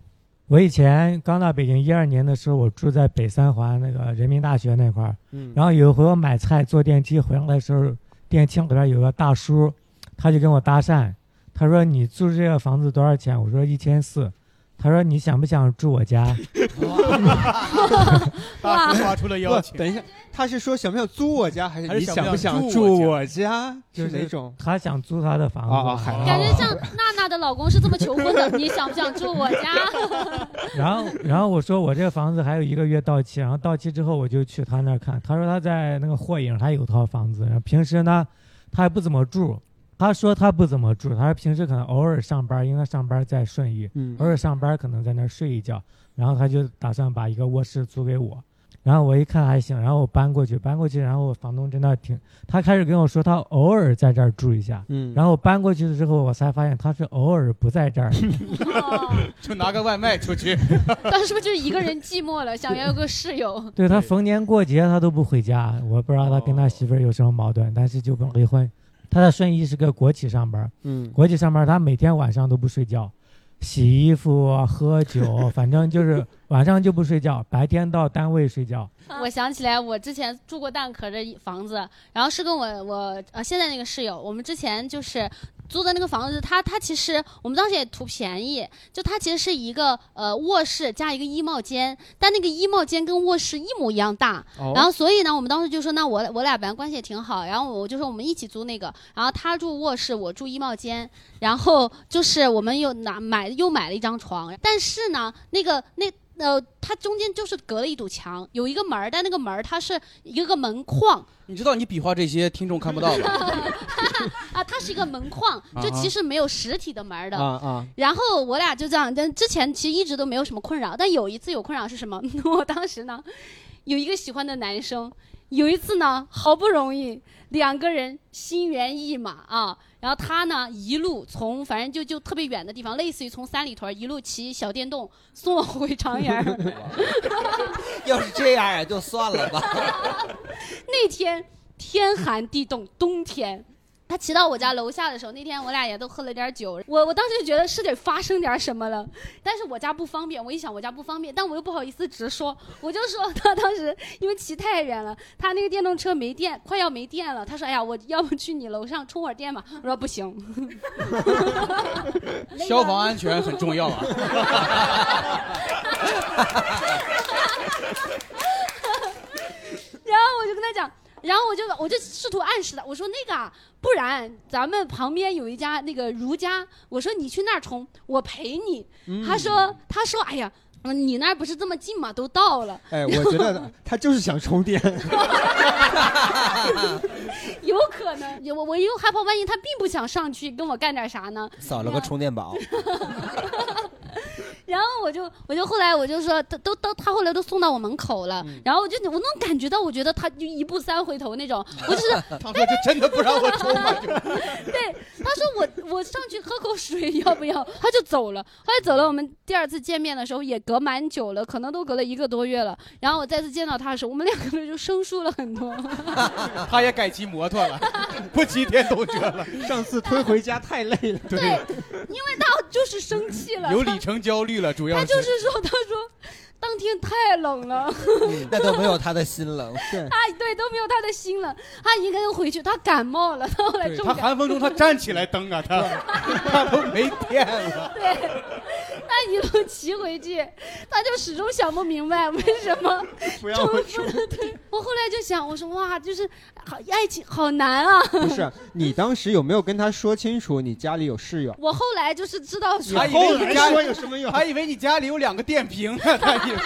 我以前刚到北京一二年的时候，我住在北三环那个人民大学那块儿。
嗯
然后有一回我买菜坐电梯回来的时候，电梯里边有个大叔，他就跟我搭讪，他说：“你住这个房子多少钱？”我说：“一千四。”他说你想不想住我家？
哇！
发出了邀请
等一下，他是说想不想租我家，还是
还是
你
想不
不
想
想
住
住
我
我家？
就是
哪
是
种？
他想租他的房
哦哦
子
还，
感觉像娜娜的老公是这么求婚的，你想不想住我家？
然后，然后我说我这个房子还有一个月到期，然后到期之后我就去他那儿看。他说他在那个霍营，他有套房子，然后平时呢，他也不怎么住。他说他不怎么住，他说平时可能偶尔上班，因为他上班在顺义，偶尔上班可能在那儿睡一觉，然后他就打算把一个卧室租给我。然后我一看还行，然后我搬过去，搬过去，然后我房东真的挺，他开始跟我说他偶尔在这儿住一下，
嗯
然后我搬过去之后，我才发现他是偶尔不在这儿的，
就拿个外卖出 去。
当时是不是就一个人寂寞了，想要有个室友？
对他逢年过节他都不回家，我不知道他跟他媳妇儿有什么矛盾，但是就不离婚。他在顺义是个国企上班，
嗯
国企上班他每天晚上都不睡觉，洗衣服、啊喝酒，反正就是晚上就不睡觉，白天到单位睡觉。
我想起来，我之前住过蛋壳的一房子，然后是跟我我呃现在那个室友，我们之前就是租的那个房子，它它其实我们当时也图便宜，就它其实是一个呃卧室加一个衣帽间，但那个衣帽间跟卧室一模一样大，
哦
然后所以呢，我们当时就说那我我俩本来关系也挺好，然后我就说我们一起租那个，然后他住卧室，我住衣帽间，然后就是我们又拿买又买了一张床，但是呢，那个那。呃，它中间就是隔了一堵墙，有一个门儿，但那个门儿它是一个门框，
你知道你比划这些听众看不到 吧？
啊，它是一个门框，就其实没有实体的门儿的。
啊
然后我俩就这样，但之前其实一直都没有什么困扰，但有一次有困扰是什么？ 我当时呢，有一个喜欢的男生，有一次呢，好不容易两个人心猿意马啊，然后他呢一路从反正就就特别远的地方，类似于从三里屯一路骑小电动送我回长阳。
要是这样也就算了吧。
那天天寒地冻，冬天。他骑到我家楼下的时候，那天我俩也都喝了点酒，我我当时就觉得是得发生点什么了，但是我家不方便，我一想我家不方便，但我又不好意思直说，我就说 他当时因为骑太远了，他那个电动车没电，快要没电了，他说哎呀，我 要不去你楼上充会儿电吧，我说不行，
消防安全很 重要啊。
然后我就跟他讲，然后我就我就试图暗示他，我说那个啊，不然咱们旁边有一家那个如家，我说你去那儿充，我陪你。
嗯
他说他说哎呀，嗯你那儿不是这么近嘛，都到了。
哎，我觉得 他就是想充电。
有可能，我我又害怕，万一他并不想上去跟我干点啥呢？
扫了个充电宝，
然后我就我就后来我就说，都都都他后来都送到我门口了，然后我就我能感觉到，我觉得他就一步三回头那种，我就是
他说这真的不让我 充吗？
对，他说我我上去喝口水要不要？他就走了。后来走了，我们第二次见面的时候也隔蛮久了，可能都隔了一个多月了。然后我再次见到他的时候，我们两个人就生疏了很多。
他也改骑摩托 了，不骑电动车了。
上次推回家太 累了，
对，因为他就是生气了，
有
他
里程焦虑了，主要
他就是说，他说当天太冷 了。
那都没有他的心冷。对
他对都没有他的心了，他一个人回去，他感冒了，他后来
对
重
他
感
寒风中他站起来蹬啊，他他都没电了。
对，他一路骑回去，他就始终想不明白为什么
不要 我 充。
我后来就想，我说哇，就是好爱情好难啊。
不是，你当时有没有跟他说清楚你家里有室友？
我后来就是知道说，
他以为你家
有什么 用？
他以为你家里有两个电瓶呢，他以为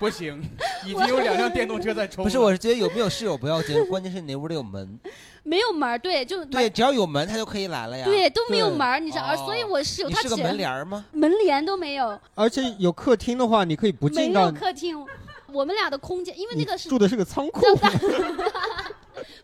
不行，已经有两辆电动车在充了。
不是，我是觉得有没有室友不要紧，关键是你那屋里有门。
没有门儿，对，就
对，只要有门他就可以来了呀。
对都没有门儿，你
哦
知道，而所以我室友
你
他
是个
只
门帘儿吗？
门帘都没有，
而且有客厅的话，你可以不
没
进
有
到
客厅，我们俩的空间，因为那个是
住的是个仓库。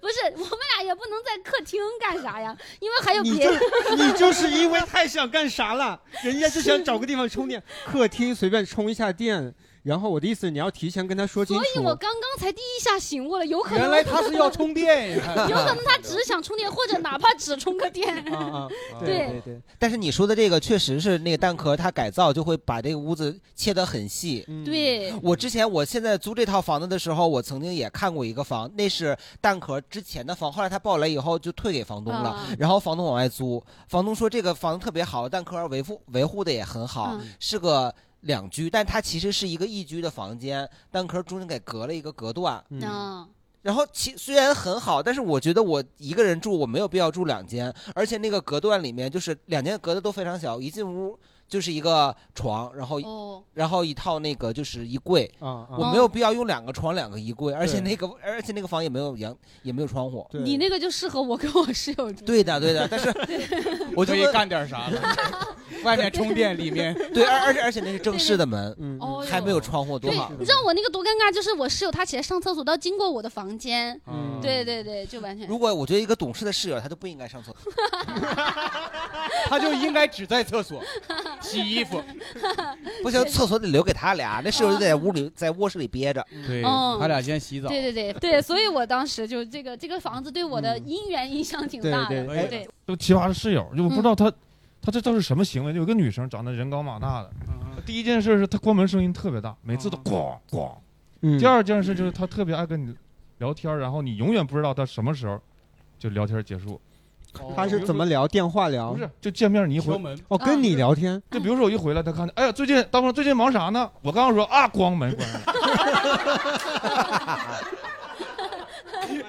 不是我们俩也不能在客厅干啥呀？因为还有
你
别
就
人。
你就是因为太想干啥了，人家就想找个地方充电，客厅随便充一下电，然后我的意思，你要提前跟他说 清
所
楚。
以我刚刚才第一下醒悟了，有可能
原来他是 要充电呀
有可能他只是想充电，或者哪怕只充个电。
啊
对
对。但是你说的这个确实是那个蛋壳，它改造就会把这个屋子切得很细。
嗯
嗯
对，
我之前我现在租这套房子的时候，我曾经也看过一个房，那是蛋壳之前的房，后来他爆雷以后就退给房东了，
啊
然后房东往外租，房东说这个房子特别好，蛋壳维护维护的也很好，
嗯
是个。两居，但它其实是一个一居的房间，蛋壳中间给隔了一个隔断。
嗯，
然后其虽然很好，但是我觉得我一个人住我没有必要住两间，而且那个隔断里面就是两间隔的都非常小，一进屋就是一个床，然后、
哦
然后一套那个就是衣柜，
啊
我没有必要用两个床两个衣柜，而且
对
那个而且那个房也没有阳也没有窗户，
你那个就适合我跟我室友住。
对的对的，但 是我就
可以
问
干点啥了？外面充电，里面
对，而而且而且那是正式的门，
哦
还没有窗户，多
对
好，。
你知道我那个多尴尬，就是我室友他起来上厕所都要经过我的房间。
嗯
对对对，就 完全。
如果我觉得一个懂事的室友，他就不应该上厕所，
他就应该只在厕所洗衣服。
不行，厕所得留给他俩，那室友就在屋里在卧室里憋着。
对
嗯
他俩先洗澡。
对对对对，所以我当时就这个这个房子对我的姻缘影响挺大的。
哎
对，嗯
都奇葩的室友，就我不知道他、他这都是什么行为。有一个女生长得人高马大的，
嗯
第一件事是她关门声音特别大，每次都咣咣。
嗯
第二件事就是她特别爱跟你聊天，然后你永远不知道她什么时候就聊天结束。
他
哦
是怎么聊？电话聊？
不是，就见面你一回
敲门哦跟
嗯
你聊天。
就比如说我一回来，她看见，哎呀，最近大鹏最近忙啥呢？我刚刚说啊，咣门关上。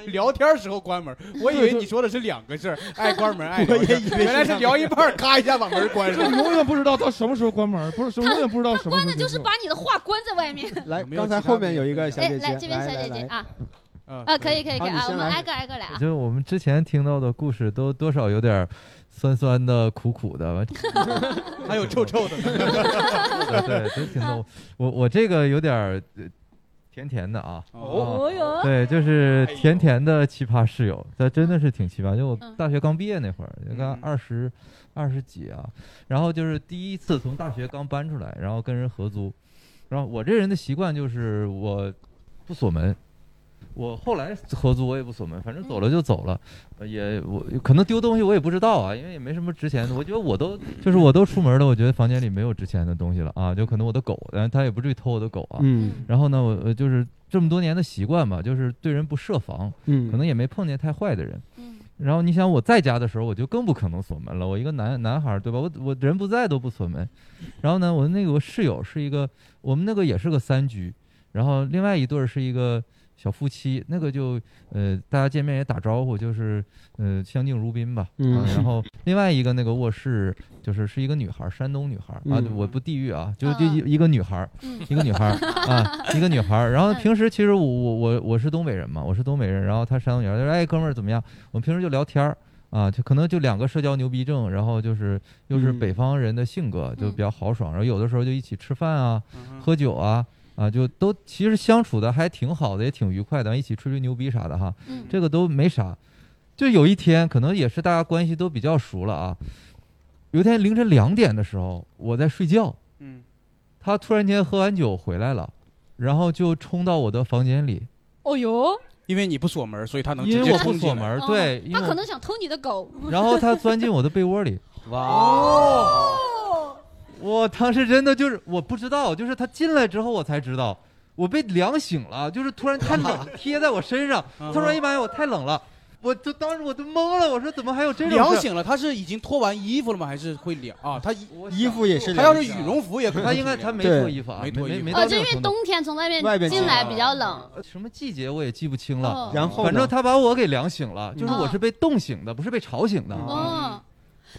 聊天时候关门，我以为你说的是两个事儿，爱关门爱聊天
我也以为是
原来是聊一半儿，咔一下把门关
就
上。
永远不知道她什么时候关门，不是
他
永远不知道什么时候
那就
结
是
束。
把你的话关在外面。
来，
没有
刚才
其他
后面有一个小
哎，
姐姐，
来这边小姐姐啊，啊，可以可以可以啊，我们挨个挨个来啊。
就是我们之前听到的故事都多少有点酸酸的、苦苦的，
还有臭臭的呢
对对，真挺 逗。我我这个有点儿呃甜甜的啊。
哦
啊
哟
对，就是
哎
哎
甜甜的奇葩室友，他真的是挺奇葩。就我大学刚毕业那会儿，就刚二十二十几啊，然后就是第一次从大学刚搬出来，然后跟人合租，然后我这人的习惯就是我不锁门。我后来合租，我也不锁门，反正走了就走了，呃也我可能丢东西我也不知道啊，因为也没什么值钱的。我觉得我都就是我都出门了，我觉得房间里没有值钱的东西了啊，就可能我的狗，但是他也不至于偷我的狗啊。
嗯。
然后呢，我呃就是这么多年的习惯吧，就是对人不设防，
嗯
可能也没碰见太坏的人。嗯。然后你想我在家的时候，我就更不可能锁门了。我一个男男孩儿，对吧？我我人不在都不锁门。然后呢，我那个我室友是一个，我们那个也是个三居，然后另外一对儿是一个小夫妻，那个就呃大家见面也打招呼，就是呃相敬如宾吧。
嗯
啊然后另外一个那个卧室就是是一个女孩儿，山东女孩儿啊，
嗯
我不地域啊，就就一一个女孩儿，一个女孩儿啊，一个女孩儿。然后平时其实我我我我是东北人嘛，我是东北人，然后她山东女孩儿，她说哎哥们儿怎么样？我们平时就聊天儿。啊，就可能就两个社交牛逼症，然后就是又是北方人的性格，就比较豪爽，然后有的时候就一起吃饭啊、喝酒啊，啊，就都其实相处的还挺好的，也挺愉快的，一起吹吹牛逼啥的哈，这个都没啥。就有一天，可能也是大家关系都比较熟了啊，有一天凌晨两点的时候，我在睡觉，
嗯，
他突然间喝完酒回来了，然后就冲到我的房间里，
哦哟，
因为你不锁门，所以他能
因为
直接
我不
冲进
锁
来
门儿对因为
哦他可
我
能想偷你的狗。
然后他 钻进我的被窝 里。
哦
哦
哇！
我当时真的就是我不知道，就是他进来之后我才知道，我被凉醒了，就是突然太 冷贴在我身上，
嗯
他说：“哎妈呀，我太冷了！”我就当时我都懵了，我说怎么还有这种事
凉醒了，他是已经脱完衣服了吗？还是会凉啊？他
衣服也是
他要
凉的
是羽绒服也可能
他应该
是
他
凉的
没脱衣服啊
没
没
脱衣服，
没
哦，就因为冬天从外面
外边
进
进
来
来
比较冷。
什么季节我也记不清了
哦。然后呢
反正他把我给凉醒了，就是我
嗯
是被冻醒的，不是被吵醒的。
哦，
啊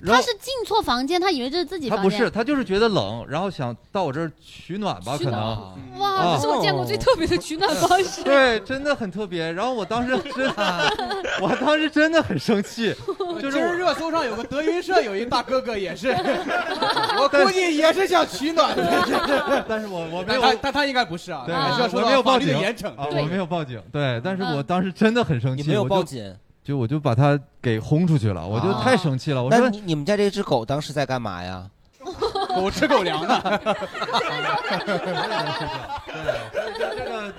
然
他
后
是进错房间，他以为这是自己
他
房
不
间。
是，他就是觉得冷，然后想到我这儿取暖吧，
取
可
暖
能。
哇，
啊
这是我见过最特别的取暖方式。 啊
对，真的很特别。然后我当时真的，我当时真的很生气，
啊
就
今儿
是
热搜上有个德云社有一大哥哥也是，我估计也是想取暖的。
但是我我
没有，但他应该不是啊，
对，
还是要受
我
到
没有
法
报
律
警
的严惩。
啊，我没有报警。对，但是我当时真的很生气，
你没有
我就
报警，
就我就把他
啊
给轰出去了，我就太生气了。我
那
说
你你们家这只狗当时在干嘛呀？
狗吃狗 粮 的。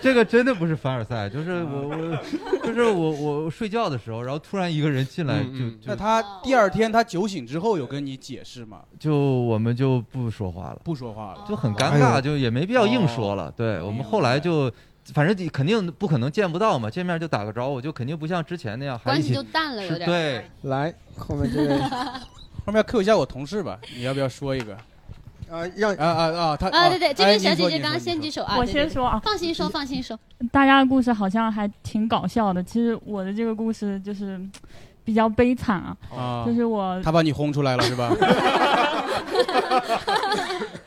这个真的不是凡尔赛，
啊
就是我我就是我我睡觉的时候，然后突然一个人进来
嗯
就
嗯那
就
他第二天他酒醒之后有跟你解释吗？
就我们就不说话了，
不说话了，
就很尴
哎呦
尬，就也没必要硬说
哦
了。
哎
对我们后来就。反正肯定不可能见不到嘛，见面就打个招呼，就肯定不像之前那样，还
关
一
系
起
就淡了有
是
点
对，
来后面这位
后面 Q 一下我同事吧，你要不要说一个？
啊，让
啊啊啊，他
啊，对对，这
哎
位
你
小姐
说
姐
你
刚
说
刚
你
先举手啊，
我
对
先
对
说啊
放心说，放心说，
大家的故事好像还挺搞笑的。其实我的这个故事就是比较悲惨啊，
啊，
就是我
他把你轰出来了是吧？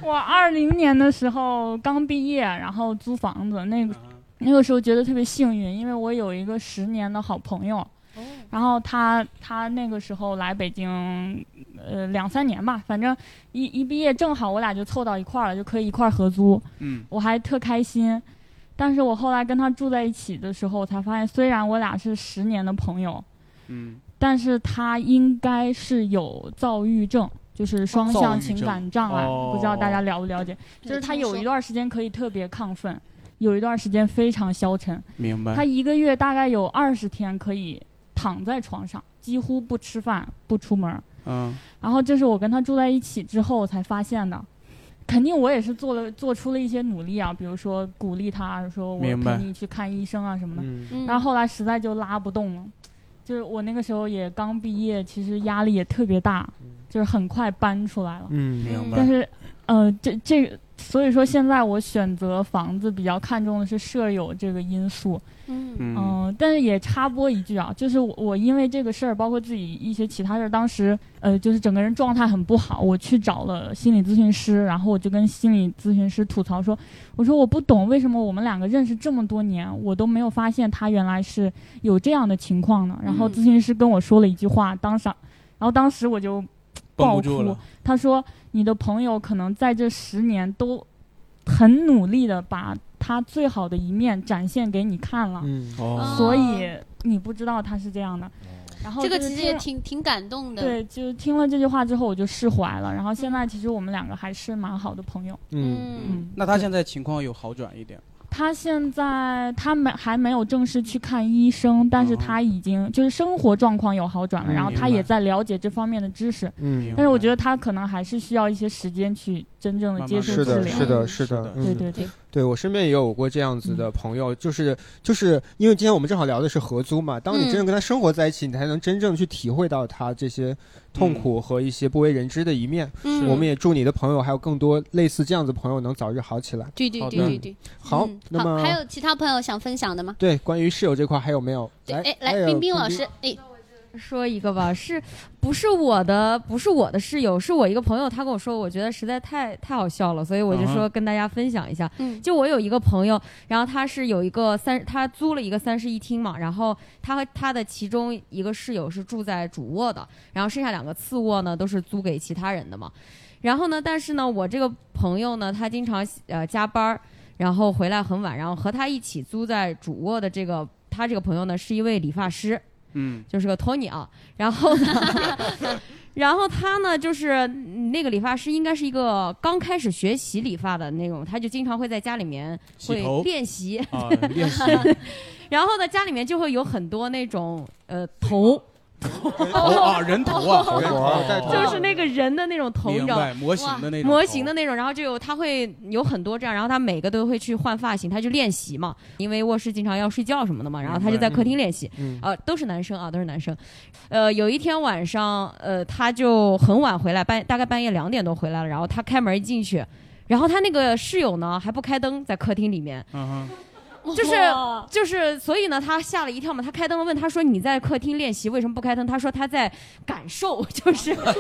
我二零年的时候刚毕业，然后租房子，那个那个时候觉得特别幸运，因为我有一个十年的好朋友，然后他他那个时候来北京，呃两三年吧，反正一一毕业正好我俩就凑到一块儿了，就可以一块儿合租，
嗯
我还特开心。但是我后来跟他住在一起的时候，我才发现，虽然我俩是十年的朋友，
嗯，
但是他应该是有躁郁症，就是双向情感障碍，
哦
不知道大家了不了
哦
解？
对
就是他
听说
有一段时间可以特别亢奋，有一段时间非常消沉。
明白
他一个月大概有二十天可以躺在床上，几乎不吃饭、不出门。
嗯
然后这是我跟他住在一起之后才发现的。肯定我也是做了做出了一些努力啊，比如说鼓励他说我
明白
陪你去看医生啊什么的
嗯嗯。
但是后来实在就拉不动了，就是我那个时候也刚毕业，其实压力也特别大，就是很快搬出来了。
嗯明白
但是，呃，这这个，所以说现在我选择房子比较看重的是舍友这个因素。
嗯
嗯，但是也插播一句啊，就是我我因为这个事儿，包括自己一些其他事儿，当时呃，就是整个人状态很不好，我去找了心理咨询师，然后我就跟心理咨询师吐槽说，我说我不懂为什么我们两个认识这么多年，我都没有发现他原来是有这样的情况呢。然后
嗯
咨询师跟我说了一句话，当时，然后当时我就
绷
爆
不住
哭
了，
他说你的朋友可能在这十年都很努力的把他最好的一面展现给你看了，
嗯哦
所以你不知道他是这样的。然后
这个
就是
其实也
听
挺挺嗯感动的。
对，就是听了这句话之后，我就释怀了。然后现在其实我们两个还是蛮好的朋友。
嗯
嗯，
那他现在情况有好转一点？
他现在他没还没有正式去看医生，但是
哦
他已经就是生活状况有好转了，
嗯
然后他
明白
也在了解这方面的知识。
嗯
但是我觉得他可能还是需要一些时间去真正的嗯接受治
是的，
疗。
是的，是的，嗯
对对对。
对我身边也有过这样子的朋友，就是就是因为今天我们正好聊的是合租嘛，当你真正跟他生活在一起，你才能真正去体会到他这些痛苦和一些不为人知的一面。
嗯是
我们也祝你的朋友还有更多类似这样子的朋友能早日好起来。
对对对对对
嗯。好
嗯，
那
好，
么
还有其他朋友想分享的吗？
对关于室友这块还有没有？
对，哎，来，
哎呦
冰冰老师，哎，
说一 个吧，是不是我的？不是我的室友，是我一个朋友，他跟我说，我觉得实在太太好笑了，所以我就
嗯
说
哼
跟大家分享一下。
嗯
就我有一个朋友，然后他是有一个三，他租了一个三室一厅嘛，然后他和他的其中一个室友是住在主卧的，然后剩下两个次卧呢都是租给其他人的嘛。然后呢，但是呢，我这个朋友呢，他经常呃加班儿，然后回来很晚，然后和他一起租在主卧的这个他这个朋友呢，是一位理发师。
嗯
就是个鸵鸟。然后呢， 然后他呢，就是嗯那个理发师应该是一个刚开始学习理发的那种，他就经常会在家里面
洗
会
头
练习，
啊练习
然后呢，家里面就会有很多那种呃头。
头啊，人头啊，人头啊带头啊
就是那个人的那种头，你知道
明白模型的那种
模
头
型的那种，然后就有他会有很多这样，然后他每个都会去换发型，他去练习嘛，因为卧室经常要睡觉什么的嘛，然后他就在客厅练习
嗯，
呃，都是男生啊，都是男生，呃，有一天晚上，呃，他就很晚回来，半大概半夜两点多回来了，然后他开门一进去，然后他那个室友呢还不开灯，在客厅里面，
嗯
就是
哇
就是，所以呢，他吓了一跳嘛。他开灯了，问他说：“你在客厅练习，为什么不开灯？”他说：“他在感受， 就是他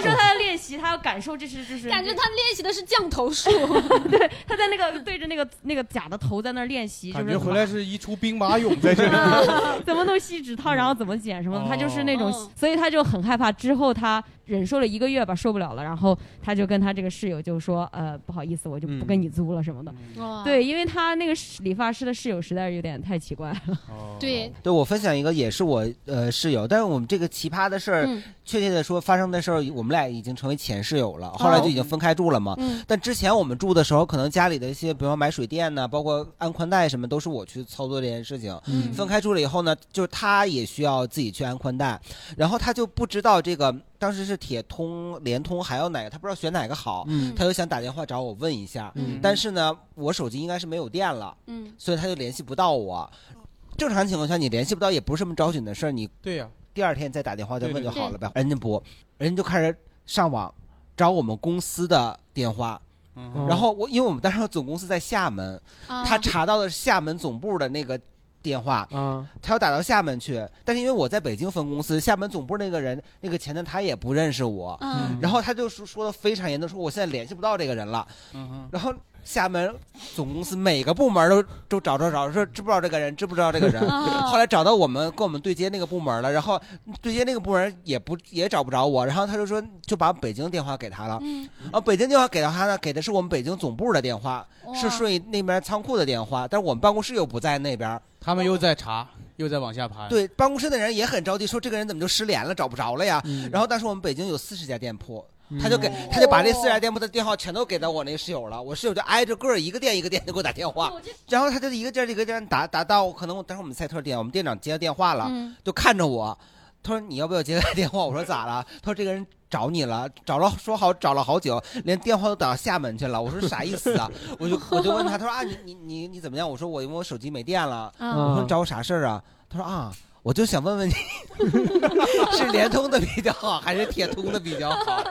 说他在练习，他要感受，这是这是。”
感觉他练习的是降头术，
对，他在那个对着那个那个假的头在那儿嗯练习，
感
就
觉
是
回 来是一出兵马俑在这里。嗯
哦
啊怎么弄锡纸套，然后怎么剪什么的，他就是那种，所以他就很害怕。之后他忍受了一个月吧，受不了了，然后他就跟他这个室友就说，呃，不好意思，我就不
嗯
跟你租了什么的。
哇
对，因为他那个是理发师的室友实在是有点太奇怪了。
哦
对，
对我分享一个也是我呃室友，但是我们这个奇葩的事儿，
嗯
确切的说发生的事儿，我们俩已经成为前室友了，后来就已经分开住了嘛。
嗯
但之前我们住的时候，可能家里的一些，比方买水电呐、包括安宽带什么，都是我去操作这件事情。
嗯
分开住了以后呢，就是他也需要自己去安宽带，然后他就不知道这个。当时是铁通、联通，还有哪个？他不知道选哪个好，
嗯
他就想打电话找我问一下。
嗯
但是呢，我手机应该是没有电了，
嗯
所以他就联系不到我。正常情况下，你联系不到也不是什么着紧的事儿，你
对呀、
第二天再打电话再问就好了呗
对对。对
人家不，人家就开始上网找我们公司的电话。
嗯
然后我因为我们当时总公司在厦门，
啊
他查到的是厦门总部的那个电话，
啊
他要打到厦门去。但是因为我在北京分公司，厦门总部那个人那个前台他也不认识我，
嗯
然后他就说说的非常严重，说我现在联系不到这个人了。
嗯
然后厦门总公司每个部门都都找找找，说知不知道这个人，知不知道这个人。
啊
后来找到我们跟我们对接那个部门了，然后嗯对接那个部门也不也找不着我，然后他就说就把北京电话给他了。
嗯
啊，北京电话给到他呢，给的是我们北京总部的电话，是顺义那边仓库的电话，但是我们办公室又不在那边。
他们又在查，又在往下盘。
对，办公室的人也很着急，说这个人怎么就失联了，找不着了呀。然后当时我们北京有四十家店铺，他就给他就把这四十家店铺的电话全都给到我那个室友了，我室友就挨着个儿一个店一个店的给我打电
哎
话，然后他就一个店儿一个店儿打打到，可能我当时我们赛特店，我们店长接到电话了，
嗯
就看着我，他说你要不要接他电话？我说咋了？他说这个人找你了，找了说好找了好久，连电话都打到厦门去了。我说啥意思啊？我就我就问他，他说啊你你你你怎么样？我说我因为我手机没电了，
嗯
我说你找我啥事儿啊？他说啊。我就想问问你，是联通的比较好， 还是铁通的比 较好？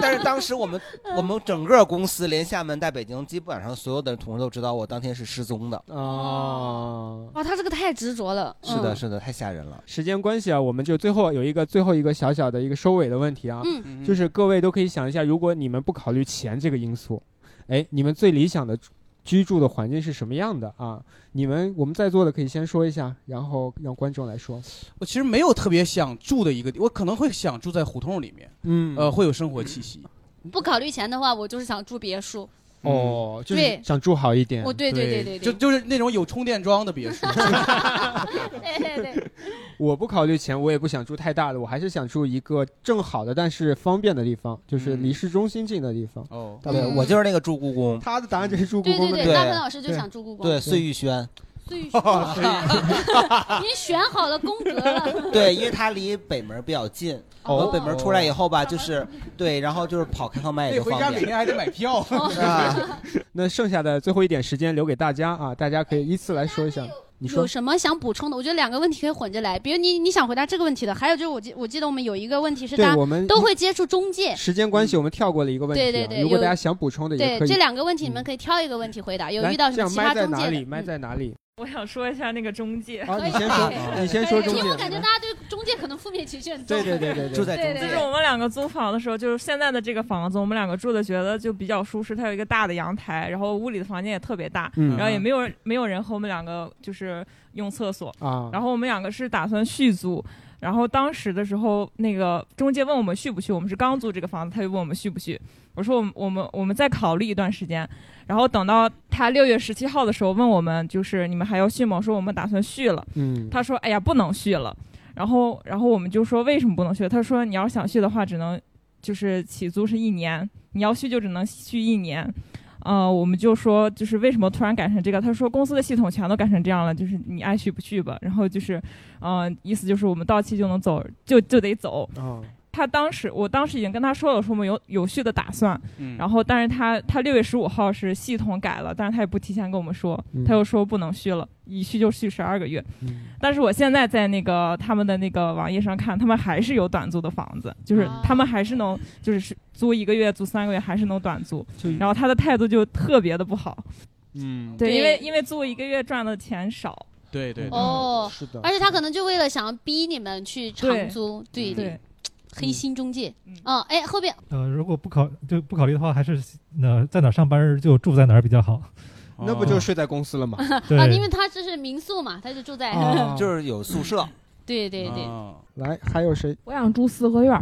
但是当时我们
嗯
我们整个公司，连厦门带北京，基本上所有的同事都知道我当天是失踪的。
哦，
哇，他这个太执着了。
是的，
嗯
是的，太吓人了。
时间关系啊，我们就最后有一个最后一个小小的一个收尾的问题啊，
嗯
就是各位都可以想一下，如果你们不考虑钱这个因素，哎，你们最理想的居住的环境是什么样的啊？你们我们在座的可以先说一下，然后让观众来说。
我其实没有特别想住的一个地，我可能会想住在胡同里面，
嗯，
呃，会有生活气息。
不考虑钱的话，我就是想住别 墅。
哦，就是
对
想住好一点。
我对对对对对
嗯就就是那种有充电桩的别墅。
对哎对对，
我不考虑钱，我也不想住太大的，我还是想住一个正好的，但是方便的地方，就是离市中心近的地方。
嗯哦
对我就是那个住故宫，
他的答案就是住
故宫的对对对大鹏老师就想住故宫
对，碎玉轩，
所 以说你选好了宫格 了。
对，因为它离北门比较近。
哦
我北门出来以后吧，就是对，然后就是跑开放麦也就方便。
票。
哦
啊那剩下的最后一点时间留给大家啊，大家可以依次来说一下。你说
有什么想补充的？我觉得两个问题可以混着来，比如你你想回答这个问题的，还有就是我记我记得我们有一个问题是
对
大家
我们
都会接触中介，
时间关系，我们跳过了一个问题啊。
嗯对对对
如果
有
大家想补充的也
对
可以。嗯
这两个问题你们可以挑一个问题回答。有
来
遇到什
这
么
样
奇
麦
葩
在
中
哪
介
里？
的？嗯
麦在哪里？
我想说一下那个中介。
啊你先说你先说中介
啊因为我感觉大家对中介可能负面情绪很重。
对对对对对住在中介
就是我们两个租房的时候，就是现在的这个房子，我们两个住的觉得就比较舒适，它有一个大的阳台，然后屋里的房间也特别大，
嗯
然后也没有人没有人和我们两个就是用厕所
啊
然后我们两个是打算续租。然后当时的时候，那个中介问我们续不续，我们是刚租这个房子，他就问我们续不续。我说我们我们我们再考虑一段时间。然后等到他六月十七号的时候问我们，就是你们还要续吗？我说我们打算续了。
嗯
他说：“哎呀，不能续了。”然后，然后我们就说为什么不能续？他说：“你要想续的话，只能就是起租是一年，你要续就只能续一年。”呃，我们就说就是为什么突然改成这个？他说公司的系统全都改成这样了，就是你爱续不续吧。然后就是，呃，意思就是我们到期就能走，就就得走。
哦
他当时，我当时已经跟他说了，说我们有有续的打算。
嗯
然后，但是他他六月十五号是系统改了，但是他也不提前跟我们说，
嗯
他又说不能续了，一续就续十二个月。
嗯
但是我现在在那个他们的那个网页上看，他们还是有短租的房子，就是他们还是能就是租一个月、租三个月还是能短租。然后他的态度就特别的不好，
嗯
对，因为因为租一个月赚的钱少。
对对对
哦，
嗯是
而且他可能就为了想要逼你们去长
对
租，对
对，
黑心中介。嗯，哎，后边
呃，如果不考就不考虑的话，还是呃在哪儿上班就住在哪儿比较好。
那不
哦
就睡在公司了 吗？
对
啊，因为他这是民宿嘛，他就住在，
嗯哦
就是有宿舍。
对对对，
啊来，还有谁？
我想住四合院。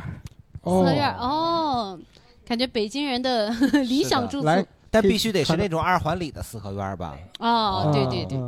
四合院儿哦，感觉北京人的 理想住宿
但必须得是那种二环里的四合院吧？
嗯
哦，对对对，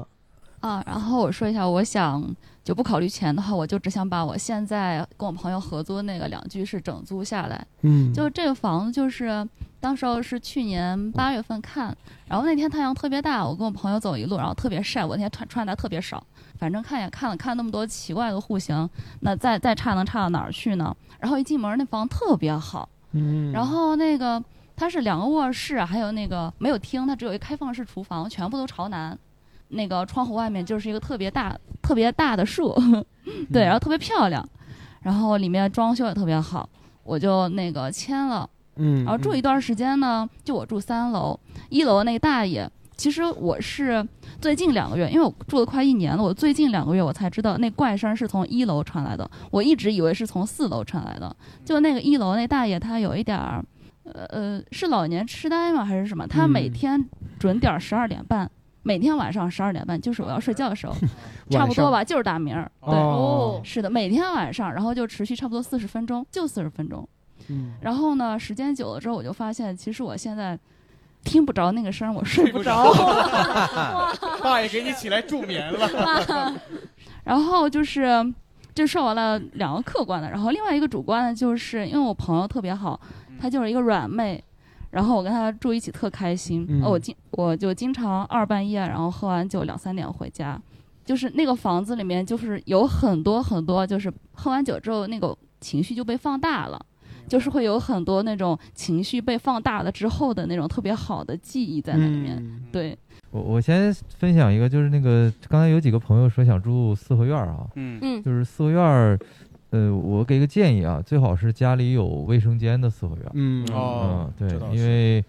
啊，然后我说一下，我想就不考虑钱的话，我就只想把我现在跟我朋友合租那个两居室整租下来。
嗯
就这个房子就是当时候是去年八月份看，然后那天太阳特别大，我跟我朋友走一路，然后特别晒，我那天穿穿的特别少，反正看也看了，看那么多奇怪的户型，那再再差能差到哪儿去呢？然后一进门那房特别好，
嗯
然后那个它是两个卧室，还有那个没有厅，它只有一开放式厨房，全部都朝南。那个窗户外面就是一个特别大、特别大的树，
嗯
对，然后特别漂亮，然后里面装修也特别好，我就那个签了。
嗯，
然后住一段时间呢，就我住三楼，一楼那个大爷，其实我是最近两个月，因为我住了快一年了，我最近两个月我才知道那怪声是从一楼传来的，我一直以为是从四楼传来的。就那个一楼那大爷，他有一点儿，呃呃，是老年痴呆吗还是什么？他每天准点十二点半。每天晚上十二点半，就是我要睡觉的时候 差不多吧，
晚上
就是打鸣儿。对，
哦
是的，每天晚上，然后就持续差不多四十分钟，就四十分钟。
嗯
然后呢，时间久了之后，我就发现，其实我现在听不着那个声儿，我 睡不着。
爸也给你起来助眠了。
然后就是，就说完了两个客观的，然后另外一个主观的，就是因为我朋友特别好，她就是一个软妹，然后我跟她住一起特开心。
嗯
呃我经我就经常二半夜，然后喝完酒两三点回家，就是那个房子里面就是有很多很多，就是喝完酒之后那个情绪就被放大了。就是会有很多那种情绪被放大了之后的那种特别好的记忆在那里面，
嗯
对，
我我先分享一个，就是那个刚才有几个朋友说想住四合院儿啊，
嗯
嗯
就是四合院儿，呃，我给个建议啊，最好是家里有卫生间的四合院儿，
嗯哦
嗯
这倒
对，
是
因为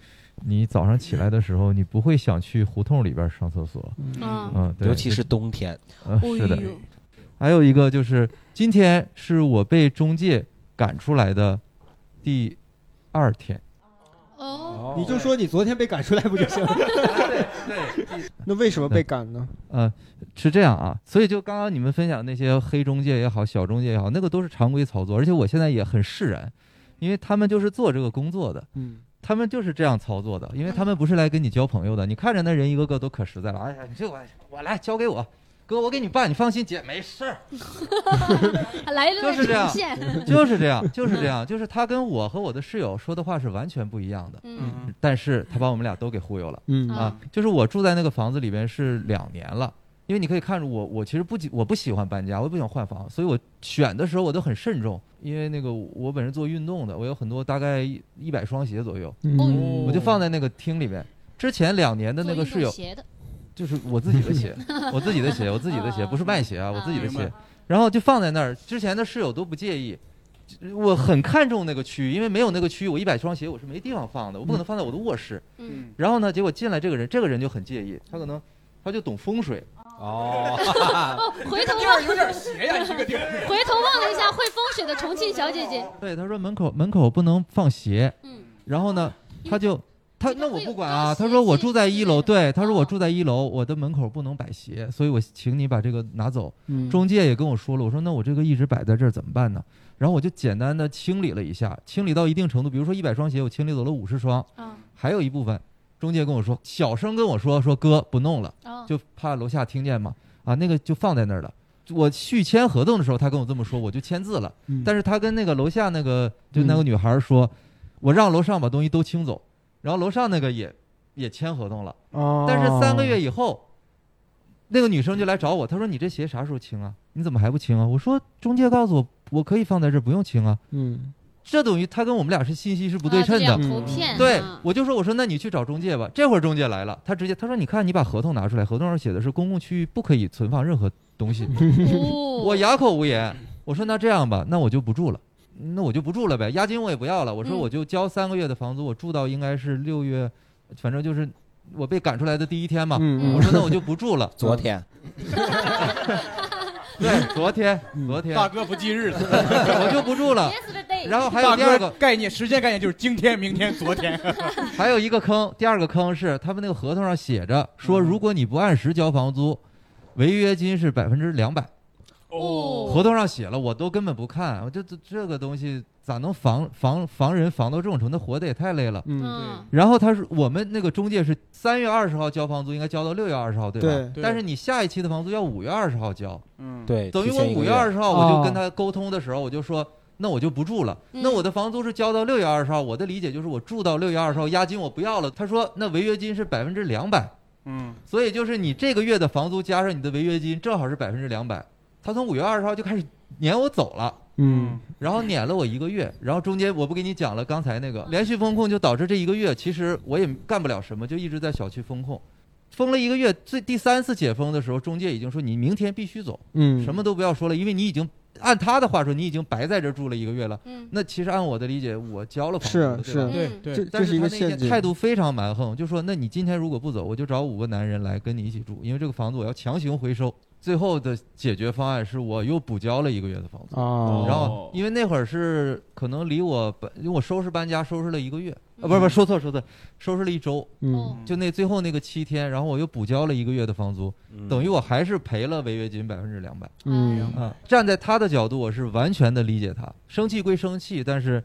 你早上起来的时候，你不会想去胡同里边儿上厕所，
嗯
嗯，对
尤其是冬天
嗯，是的
哎呦，
还有一个就是今天是我被中介赶出来的第二天，
哦
你就说你昨天被赶出来不就 行了？
对对。
那为什么被赶呢？
呃，是这样啊，所以就刚刚你们分享那些黑中介也好，小中介也好，那个都是常规操作，而且我现在也很释然，因为他们就是做这个工作的，
嗯，
他们就是这样操作的，因为他们不是来跟你交朋友的，你看着那人一个个都可实在了，哎呀，你这我我来交给我，哥我给你办，你放心，姐没事儿，
来了
就是这样
呈
嗯
现，，
就是这样，就是这样，就是他跟我和我的室友说的话是完全不一样的。
嗯，
但是他把我们俩都给忽悠了。
嗯
啊，就是我住在那个房子里边是两年了，因为你可以看出我，我其实不喜我不喜欢搬家，我也不想换房，所以我选的时候我都很慎重，因为那个我本身做运动的，我有很多大概一百双鞋左右，
嗯
我就放在那个厅里边。之前两年的那个室友，
斜的，，
就是我自己的鞋我自己的鞋，我自己的鞋，不是卖鞋啊，我自己的
明
鞋
白。
然后就放在那儿，之前的室友都不介意。我很看重那个区域，因为没有那个区域，我一百双鞋我是没地方放的，我不可能放在我的卧室。
嗯
然后呢，结果进来这个人，这个人就很介意，他可能他就懂风水。哦
回头
地
望
儿有点斜呀这个地 儿
回头望了一下会风水的重庆小姐姐，
对，他 说门口门口不能放鞋。然后呢，他就他那我不管啊，他说我住在一楼，对，他说我住在一楼，我的门口不能摆鞋，所以我请你把这个拿走。
嗯
中介也跟我说了，我说那我这个一直摆在这儿怎么办呢？然后我就简单的清理了一下，清理到一定程度，比如说一百双鞋，我清理走了五十双，还有一部分，中介跟我说，小声跟我说说哥不弄了
哦，
就怕楼下听见嘛，啊那个就放在那儿了。我续签合同的时候，他跟我这么说，我就签字了。但是他跟那个楼下那个就那个女孩说，我让楼上把东西都清走，然后楼上那个也也签合同了。
哦
但是三个月以后，那个女生就来找我，她说你这鞋啥时候清啊？你怎么还不清啊？我说中介告诉我我可以放在这儿，不用清啊。
嗯，
这等于他跟我们俩是信息是不对
啊这
称的，
两头骗啊
对，我就说我说那你去找中介吧。这会儿中介来了，他直接他说你看你把合同拿出来，合同上写的是公共区域不可以存放任何东 西。我哑口无言，我说那这样吧，那我就不住了，那我就不住了呗，押金我也不要了。我说
嗯
我就交三个月的房租，我住到应该是六月，反正就是我被赶出来的第一天嘛。
嗯嗯
我说那我就不住了。
昨天。
对，昨天，
嗯
昨天，
大哥不记日子，
我就不住了。然后还有第二个
概念，时间概念就是今天、明天、昨天。
还有一个坑，第二个坑是他们那个合同上写着说，如果你不按时交房租，违约金是百分之两百。
哦
合同上写了，我都根本不看，我就这这个东西咋能防防防人防到这种程度？活得也太累了。
嗯
对
然后他说，我们那个中介是三月二十号交房租，应该交到六月二十号，吧？
对
但是你下一期的房租要五月二十号交。
嗯
对
等于
提
我
前一个
五
月
月二十号我就
哦
跟他沟通的时候，我就说。那我就不住了。
嗯
那我的房租是交到六月二十号，我的理解就是我住到六月二十号，押金我不要了。他说，那违约金是百分之两百。
嗯，
所以就是你这个月的房租加上你的违约金，正好是百分之两百。他从五月二十号就开始撵我走了，
嗯，
然后撵了我一个 月，然后中间我不给你讲了，刚才那
嗯
个连续风控就导致这一个月，其实我也干不了什么，就一直在小区风控，封了一个月，最第三次解封的时候，中介已经说你明天必须走，
嗯
什么都不要说了，因为你已经。按他的话说，你已经白在这住了一个月了。嗯，那其实按我的理解，我交了房租了，
是
对吧
是对嗯对这
但
这是一
他
个
那天
陷阱
态度非常蛮横，就说：“那你今天如果不走，我就找五个男人来跟你一起住，因为这个房子我要强行回收。”最后的解决方案是我又补交了一个月的房租，
哦
然后因为那会儿是可能离我搬，因为我收拾搬家收拾了一个月，啊，不是不是，说错说错，收拾了一周，
嗯，
就那最后那个七天，然后我又补交了一个月的房租，等于我还是赔了违约金百分之两百，
嗯
啊，站在他的角度，我是完全的理解他，生气归生气，但是。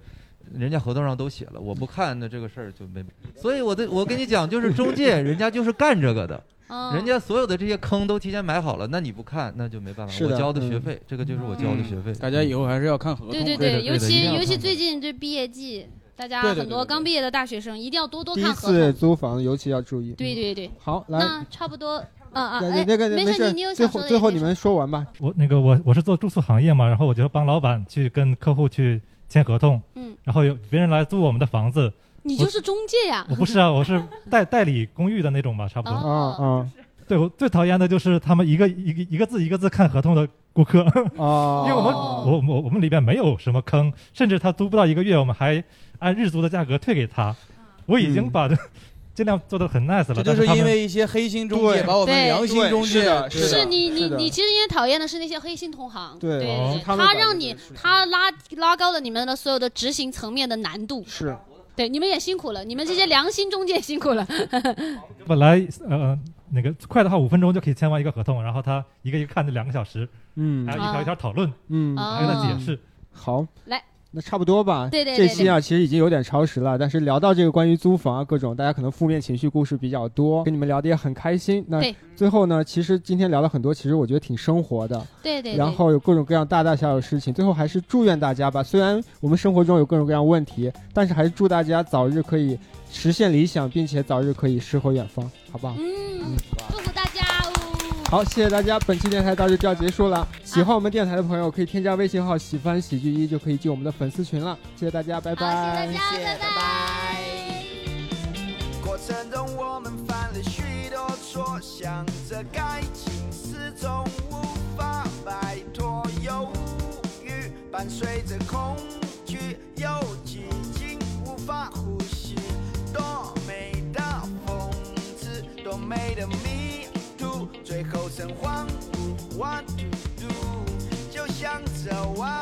人家合同上都写了，我不看那这个事儿就没。所以我的我跟你讲，就是中介人家就是干这个的，
哦
人家所有的这些坑都提前埋好了，那你不看那就没办法。
是的
我交的
嗯
学费，这个就是我交的学费。
大家以后还是要看合同。
对对
对的
对，尤
对的一定
其
要
尤其
看
最近这毕业季，大家
对对对
很多刚毕业的大学生一定要多多
第一
看合
次
同。
租房尤其要注意。
对对对，
好，
那
来，
差不多，嗯啊，
那
哎，
那个
没
没
事，
事
你你有，
最
想说
后
的
最
也
后
可以
你们嗯说完吧。
我那个我我是做住宿行业嘛，然后我就帮老板去跟客户去签合同，
嗯
然后有别人来租我们的房子，
你
我
就是中介呀？
我 不是啊，我是代代理公寓的那种嘛，差不多。
啊啊！
对我最讨厌的就是他们一个一个一个字一个字看合同的顾客，
哦
因为我们我我我们里边没有什么坑，甚至他租不到一个月，我们还按日租的价格退给他。我已经把尽量做的很 nice
嗯这
了，
就
但
是
他们
因为一些黑心中介把我们良心中介，
是你你你其实应该讨厌的是那些黑心同行，
对
对
哦
对，
他们把
他让你他拉拉高了你们的所有的执行层面的难度，
是，
对，你们也辛苦了，你们这些良心中介辛苦了，
本来呃那个快的话五分钟就可以签完一个合同，然后他一个一个看这两个小时，
嗯
还要一条一条讨论，
嗯，
还跟他解
哦
释。
好，
来，
那差不多吧。
对对对
这期啊，其实已经有点超时了，但是聊到这个关于租房啊，各种大家可能负面情绪故事比较多，跟你们聊的也很开心。那
对
最后呢，其实今天聊了很多，其实我觉得挺生活的。
对对对
然后有各种各样大大小小的事情，最后还是祝愿大家吧。虽然我们生活中有各种各样问题，但是还是祝大家早日可以实现理想，并且早日可以诗和远方，好不好？
嗯，祝福大家哦。
好，谢谢大家，本期电台到这就要结束了。喜欢我们电台的朋友可以添加微信号“喜欢喜剧一”，就可以进我们的粉丝群了。谢谢大家，拜拜。谢谢大家，拜
过程中我们犯了许多错，想着该情始终无法摆脱，忧郁伴随着恐惧，又几近无法呼吸。多美的讽刺，多美的迷途，最后成荒芜。What to do？就像这晚